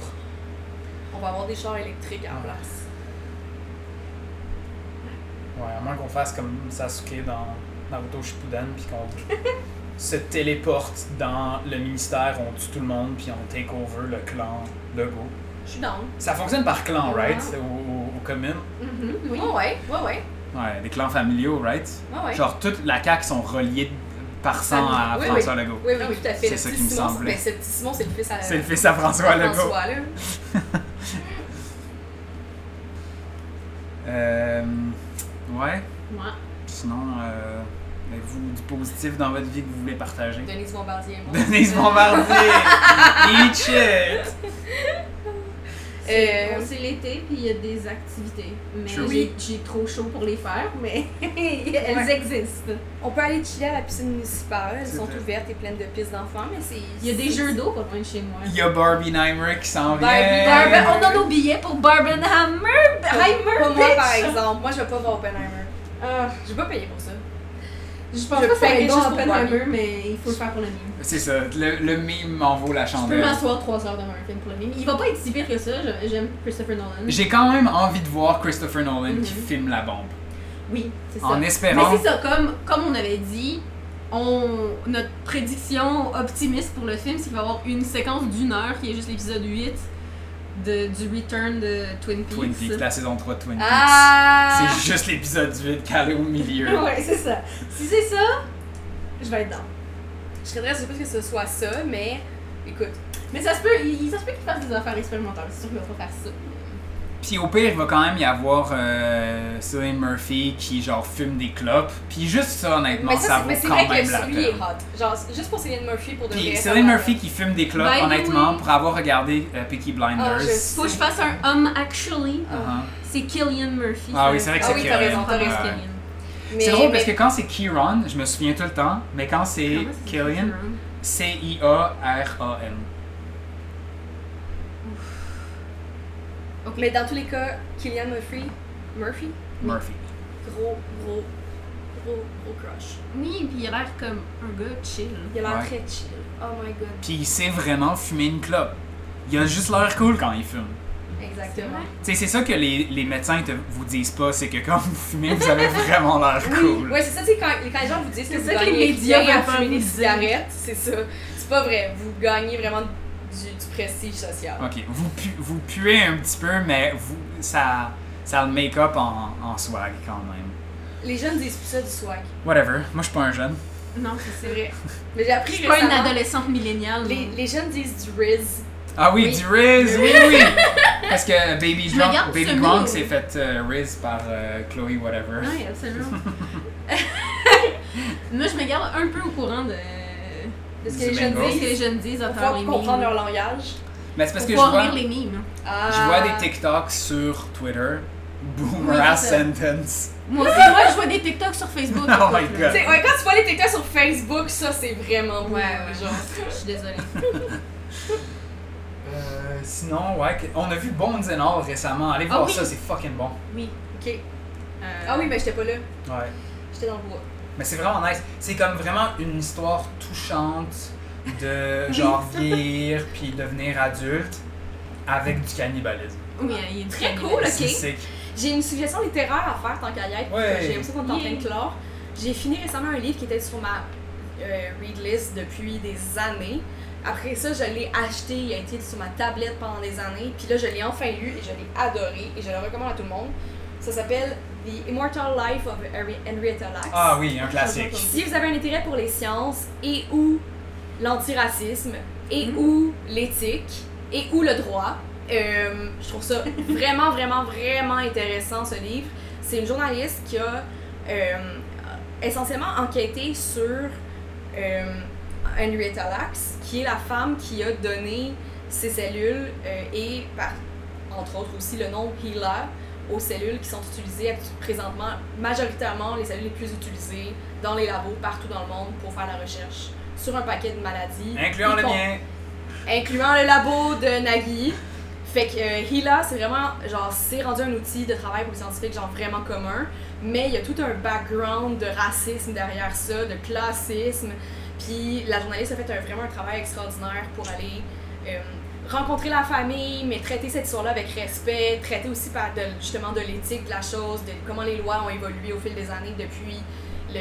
S2: on va avoir des chars électriques en
S1: Ouais.
S2: place.
S1: Ouais, à moins qu'on fasse comme Sasuke dans Naruto Shippuden, puis qu'on se téléporte dans le ministère, on tue tout le monde, puis on take over le clan Legault.
S2: Je suis down.
S1: Ça fonctionne par clan, right?
S3: Ouais.
S1: Au- au- Aux communes.
S3: Mhm, oui.
S2: Ouais, ouais, ouais, ouais.
S1: Ouais, des clans familiaux, right?
S2: ouais, ouais.
S1: Genre, toute la CAQ sont reliés par sang à
S2: Oui, oui.
S1: François Legault.
S2: Oui, oui, oui, tout à fait.
S1: C'est
S2: Le
S1: ça
S2: petit
S1: qui me
S2: Simon,
S1: semblait.
S2: ben, ce petit Simon, c'est le fils à
S1: C'est le fils à François
S2: à
S1: Legault.
S2: François, là.
S1: Euh, ouais,
S3: Ouais.
S1: sinon, euh, avez-vous du positif dans votre vie que vous voulez partager?
S2: Denise Bombardier et moi.
S1: Denise Bombardier! Eat shit!
S3: C'est
S2: Euh,
S3: bon, c'est l'été, puis il y a des activités. Mais
S1: True.
S3: j'ai- j'ai trop chaud pour les faire, mais elles
S2: Ouais.
S3: existent.
S2: On peut aller chiller à la piscine municipale. Elles
S1: C'est
S2: sont
S1: vrai.
S2: ouvertes et pleines de pistes d'enfants, mais c'est.
S3: Il y a des jeux d'eau pas loin de chez moi.
S1: Il y a Barbie Neimer qui s'en vient!
S2: Barbie-
S3: Barben-
S2: Barbie-
S3: on a nos billets pour Barbenheimer!
S2: Pas,
S3: Heimer,
S2: pas moi,
S3: bitch!
S2: par exemple. Moi, je vais pas voir Oppenheimer.
S3: Ah,
S2: Je vais pas payer pour ça.
S3: je pense
S2: Je
S3: pas que ça
S2: paye
S3: va être
S2: donc
S3: juste pour
S2: Oppenheimer.
S3: Barbenheimer, mais il faut le faire pour le mime.
S1: C'est ça, le, le mime en vaut la
S3: Je peux
S1: chandelle.
S3: m'asseoir 3 heures devant un film pour le mime. Il va pas être si pire que ça, je- j'aime Christopher Nolan.
S1: J'ai quand même envie de voir Christopher Nolan qui
S2: Mm-hmm.
S3: Mhm.
S1: filme la bombe.
S3: Oui, c'est ça.
S1: En
S3: Mais
S1: espérant.
S3: c'est ça, comme, comme on avait dit, on, notre prédiction optimiste pour le film, c'est qu'il va y avoir une séquence d'une heure qui est juste l'épisode 8 de, du Return de Twin Peaks.
S1: Twin Peaks, la saison 3 de Twin Peaks.
S2: Ah!
S1: C'est juste l'épisode 8 calé au milieu.
S3: ouais, c'est ça. Si c'est ça, je vais être dans.
S2: Je serais très surprise que ce soit ça, mais écoute.
S3: Mais ça se peut, il, ça se peut qu'ils fassent des affaires expérimentales, c'est sûr qu'ils vont pas faire ça.
S1: Puis au pire, il va quand même y avoir euh, Cillian Murphy qui genre fume des clopes. Puis juste ça, honnêtement,
S2: mais
S1: ça,
S2: ça, c'est-
S1: vaut
S2: mais c'est
S1: quand
S2: vrai
S1: même
S2: que
S1: la
S2: celui est
S1: peine.
S2: hot. Genre, juste pour Céline Murphy, pour de
S1: Puis
S2: vrai, ça
S1: Cillian
S2: va.
S1: Murphy qui fume des clopes,
S3: By the
S1: honnêtement,
S3: way.
S1: pour avoir regardé euh, Peaky Blinders.
S2: Ah, je Ah. sais.
S3: Faut que je fasse un homme actually,
S1: Uh-huh.
S3: c'est Killian Murphy.
S1: Ah oui, c'est vrai que euh,
S2: Ah
S1: c'est
S2: oui, t'as
S1: Cillian.
S2: raison, t'as
S3: Thomas
S2: raison.
S1: Ouais.
S3: Killian.
S2: Mais-
S1: C'est drôle
S2: mais-
S1: parce que quand c'est Kieran, je me souviens tout le temps, mais quand c'est
S3: Comment ça hein? s'écrit,
S1: Killian,
S3: Killian?
S1: C-I-A-R-A-N.
S2: Mais dans tous les cas, Killian Murphy, Murphy,
S1: Murphy.
S2: gros, gros, gros, gros crush.
S3: Oui, puis il a l'air comme un gars chill.
S2: Il a l'air
S1: Ouais.
S2: très chill. Oh my god.
S1: Puis il sait vraiment fumer une clope. Il a juste l'air cool quand il fume.
S2: Exactement.
S1: Tu sais, c'est ça que les, les médecins te, vous disent pas, c'est que quand vous fumez, vous avez vraiment l'air cool.
S2: Ouais, c'est ça, c'est quand, quand les gens vous disent que
S3: C'est
S2: vous
S3: ça que les
S2: gagnez
S3: médias
S2: rien à
S3: veulent pas
S2: fumer des
S3: vous dire.
S2: cigarettes, c'est ça. C'est pas vrai. Vous gagnez vraiment du, du prestige social.
S1: Ok, vous, pu- vous puez un petit peu, mais vous, ça, ça a le make-up en, en swag quand même.
S2: Les jeunes disent plus ça du swag.
S1: Whatever, moi je suis pas un jeune.
S3: Non, c'est
S2: C'est
S3: vrai.
S2: vrai. Mais j'ai appris
S3: Je suis pas une
S2: récemment-
S3: adolescente milléniale. hein.
S2: Les,
S3: donc.
S2: les jeunes disent du Riz.
S1: Ah oui,
S2: Oui.
S1: du Riz, oui, oui! Parce que Baby,
S3: Je
S1: Drunk-
S3: regarde
S1: Baby
S3: ce mot.
S1: Gronk s'est fait euh, Riz par euh, Chloe, whatever.
S3: Oui, absolument. Moi, je me garde un peu au courant de,
S2: De ce que
S1: Du
S2: les jeunes
S1: mango.
S3: de ce que
S2: disent.
S3: les jeunes disent à
S2: Pour
S3: travers les
S2: pouvoir
S3: mimes.
S2: comprendre leur langage.
S1: Mais c'est parce
S3: Pour
S1: que je
S3: pouvoir
S1: vois,
S3: lire les mimes.
S2: Ah.
S1: je vois des TikToks sur Twitter. Boomer
S3: Oui,
S1: ass
S3: c'est ça.
S1: sentence.
S3: Moi aussi, moi, je vois des TikToks sur Facebook.
S1: Oh
S3: par
S1: my
S3: contre,
S1: God.
S3: là.
S2: Tu sais, ouais, quand tu vois les TikTok sur Facebook, ça c'est vraiment
S3: Ouais,
S2: beau,
S3: ouais,
S2: genre.
S3: genre, je suis désolée.
S1: Euh, sinon, ouais, que- on a vu Bones and All récemment. Allez
S3: Ah
S1: voir
S3: oui.
S1: ça, c'est fucking bon.
S3: Oui.
S2: Ok.
S3: Euh,
S2: Ah oui, mais j'étais pas là.
S1: Ouais.
S2: J'étais dans le bois.
S1: Mais c'est vraiment nice. C'est comme vraiment une histoire touchante de genre vieillir puis devenir adulte avec du cannibalisme.
S3: Oui, il est
S2: Très cool.
S1: C'est
S2: Ok.
S1: sick.
S2: J'ai une suggestion littéraire à faire tant qu'à y
S1: Ouais.
S2: être. parce que J'ai l'impression qu'on est en train de
S3: Yeah.
S2: clore. J'ai fini récemment un livre qui était sur ma euh, read list depuis des années. Après ça, je l'ai acheté, il a été sur ma tablette pendant des années. Puis là, je l'ai enfin lu et je l'ai adoré et je le recommande à tout le monde. Ça s'appelle The Immortal Life of Henri- Henrietta Lacks.
S1: Ah oui, un classique.
S2: Si vous avez un intérêt pour les sciences et ou l'antiracisme et
S3: Mhm.
S2: ou l'éthique et ou le droit, euh, je trouve ça vraiment, vraiment, vraiment intéressant ce livre. C'est une journaliste qui a euh, essentiellement enquêté sur euh, Henrietta Lacks, qui est la femme qui a donné ses cellules euh, et par, entre autres aussi le nom HeLa aux cellules qui sont utilisées actu- présentement, majoritairement les cellules les plus utilisées dans les labos partout dans le monde pour faire la recherche sur un paquet de maladies.
S1: Incluant le
S2: Ils font-
S1: mien.
S2: incluant le labo de Nagui. Fait que euh, Hila, c'est vraiment, genre, c'est rendu un outil de travail pour les scientifiques, genre, vraiment commun. Mais il y a tout un background de racisme derrière ça, de classisme. Puis la journaliste a fait un- vraiment un travail extraordinaire pour aller euh, rencontrer la famille, mais traiter cette histoire-là avec respect, traiter aussi par de, justement de l'éthique de la chose, de comment les lois ont évolué au fil des années depuis le,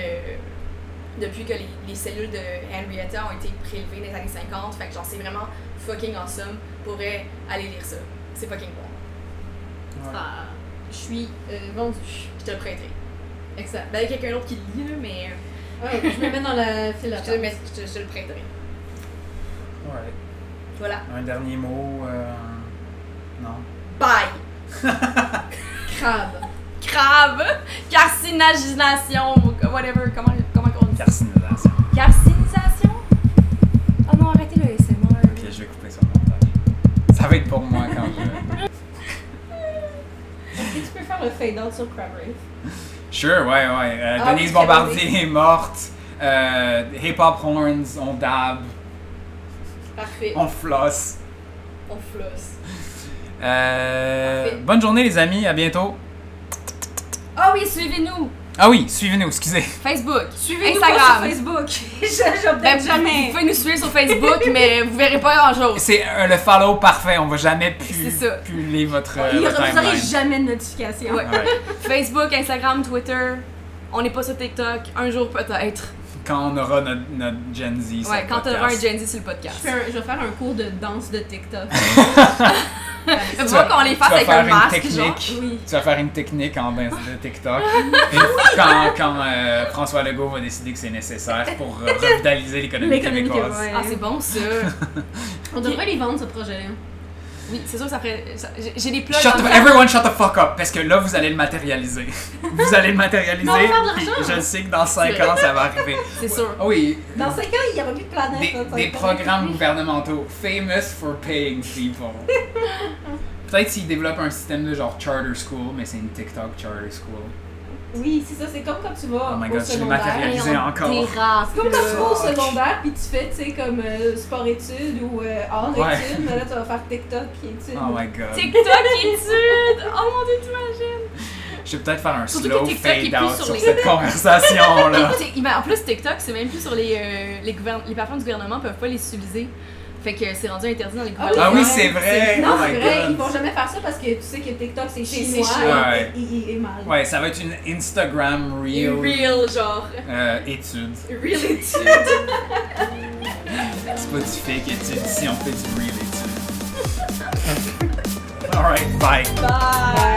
S2: depuis que les, les cellules de Henrietta ont été prélevées dans les années 50. Fait que genre, c'est vraiment fucking awesome. Pourrait aller lire ça. C'est fucking bon.
S3: Ah, je suis euh, vendue.
S2: Je te le prêterai.
S3: Excellent.
S2: Ben, il y a quelqu'un d'autre qui le lit, là, mais euh,
S3: Ouais, je me mets dans la file
S2: je, te,
S3: d'attente.
S2: le mets- je te- je te le prêterai.
S1: Ouais.
S2: Voilà.
S1: Un dernier mot. euh, Non.
S2: Bye!
S3: Crabe.
S4: Crabe, carcinagénation, whatever, comment, comment on dit ça?
S1: Carcinisation.
S4: Carcinisation? Oh non, arrêtez le SMR.
S1: Ok, je vais couper ça au montage. Ça va être pour moi quand je.
S3: Est-ce que tu peux faire le fade-out sur Crab Rave?
S1: Sure, ouais, ouais. Euh,
S3: Ah,
S1: Denise
S3: oui,
S1: Bombardier est morte. Euh, Hip Hop Horns, on dab,
S2: Parfait.
S1: on floss.
S2: On flosse.
S1: Euh,
S2: Parfait.
S1: bonne journée, les amis. À bientôt.
S4: Ah oui, suivez-nous.
S1: Ah oui, suivez-nous, excusez.
S2: Oh.
S4: Facebook.
S3: Suivez-nous
S4: Instagram.
S3: pas sur Facebook. Je- J'update
S4: Ben, vous, vous
S3: jamais.
S4: pouvez nous suivre sur Facebook, mais vous verrez pas grand-chose.
S1: C'est euh, le follow parfait. On va jamais pu,
S4: C'est ça.
S1: puller votre, euh,
S3: Il-
S1: votre
S3: Vous n'aurez
S1: timeline.
S3: jamais de notification.
S4: Ouais.
S1: Ouais.
S4: Facebook, Instagram, Twitter. On n'est pas sur TikTok. Un jour peut-être.
S1: Quand on aura notre, notre Gen Z. sur
S4: Ouais,
S1: le
S4: quand on aura un
S1: podcast.
S4: Gen Z sur le
S3: Je,
S4: podcast.
S3: fais un- je vais faire un cours de danse de TikTok.
S4: Ben, Tu
S1: Tu
S4: vois
S1: vas-
S4: qu'on les
S1: tu
S4: fasse
S1: vas
S4: avec
S1: faire
S4: un
S1: une
S4: masque,
S1: technique.
S4: genre.
S3: oui.
S1: Tu vas faire une technique en danse de TikTok. Et quand quand euh, François Legault va décider que c'est nécessaire pour euh, revitaliser l'économie
S3: L'économie
S1: québécoise.
S3: québécoise.
S4: Ah, c'est bon ça.
S3: On devrait les vendre, ce projet-là.
S4: Oui, c'est sûr que ça ferait. ça- j'ai- J'ai des plugs.
S1: Shut
S4: dans
S1: the-
S4: le-
S1: everyone shut the fuck up, parce que là, vous allez le matérialiser. Vous allez le matérialiser,
S3: Mais on va faire de
S1: puis
S3: l'argent.
S1: je sais que dans 5 ans, ça va arriver.
S4: C'est sûr.
S1: Ah oui,
S3: Dans 5 ans, il n'y aura plus de planète.
S1: des, des programmes gouvernementaux famous for paying people. Peut-être s'ils développent un système de genre charter school, mais c'est une TikTok charter school.
S3: Oui, c'est ça. C'est comme quand tu vas
S1: Oh my god,
S3: au
S1: je l'ai
S3: secondaire.
S1: matérialisé encore.
S4: Terrasse.
S3: C'est comme quand tu vas au
S1: Fuck.
S3: secondaire puis tu fais, tu sais, comme euh, sport-études ou euh, art-études,
S1: Ouais.
S3: mais là, tu vas faire TikTok puis études.
S1: Oh my god.
S4: TikTok étude! Oh mon dieu, t'imagines!
S1: Je vais peut-être faire un
S4: Surtout
S1: slow
S4: que TikTok est
S1: fade
S4: plus
S1: out
S4: sur
S1: sur
S4: les-
S1: cette conversation là.
S4: Et t'sais, ben, en plus, TikTok,
S1: Ah.
S4: c'est même plus sur les. euh, les, gouvern- les plateformes du gouvernement peuvent pas les subsidier. Fait que c'est rendu interdit dans les gouvernements.
S1: Ah oui,
S3: Ouais,
S1: c'est vrai.
S3: Non,
S1: oh
S3: c'est
S1: my
S3: vrai,
S1: god.
S3: ils vont jamais faire ça parce que tu sais que TikTok c'est
S4: C'est
S3: chinois
S1: chinois.
S3: et, et- et- et mal.
S1: Ouais, ça va être une Instagram reel
S2: Real, genre.
S1: euh, étude.
S2: Real étude.
S1: C'est pas du fake étude, si on fait du real étude. Alright, bye.
S2: Bye.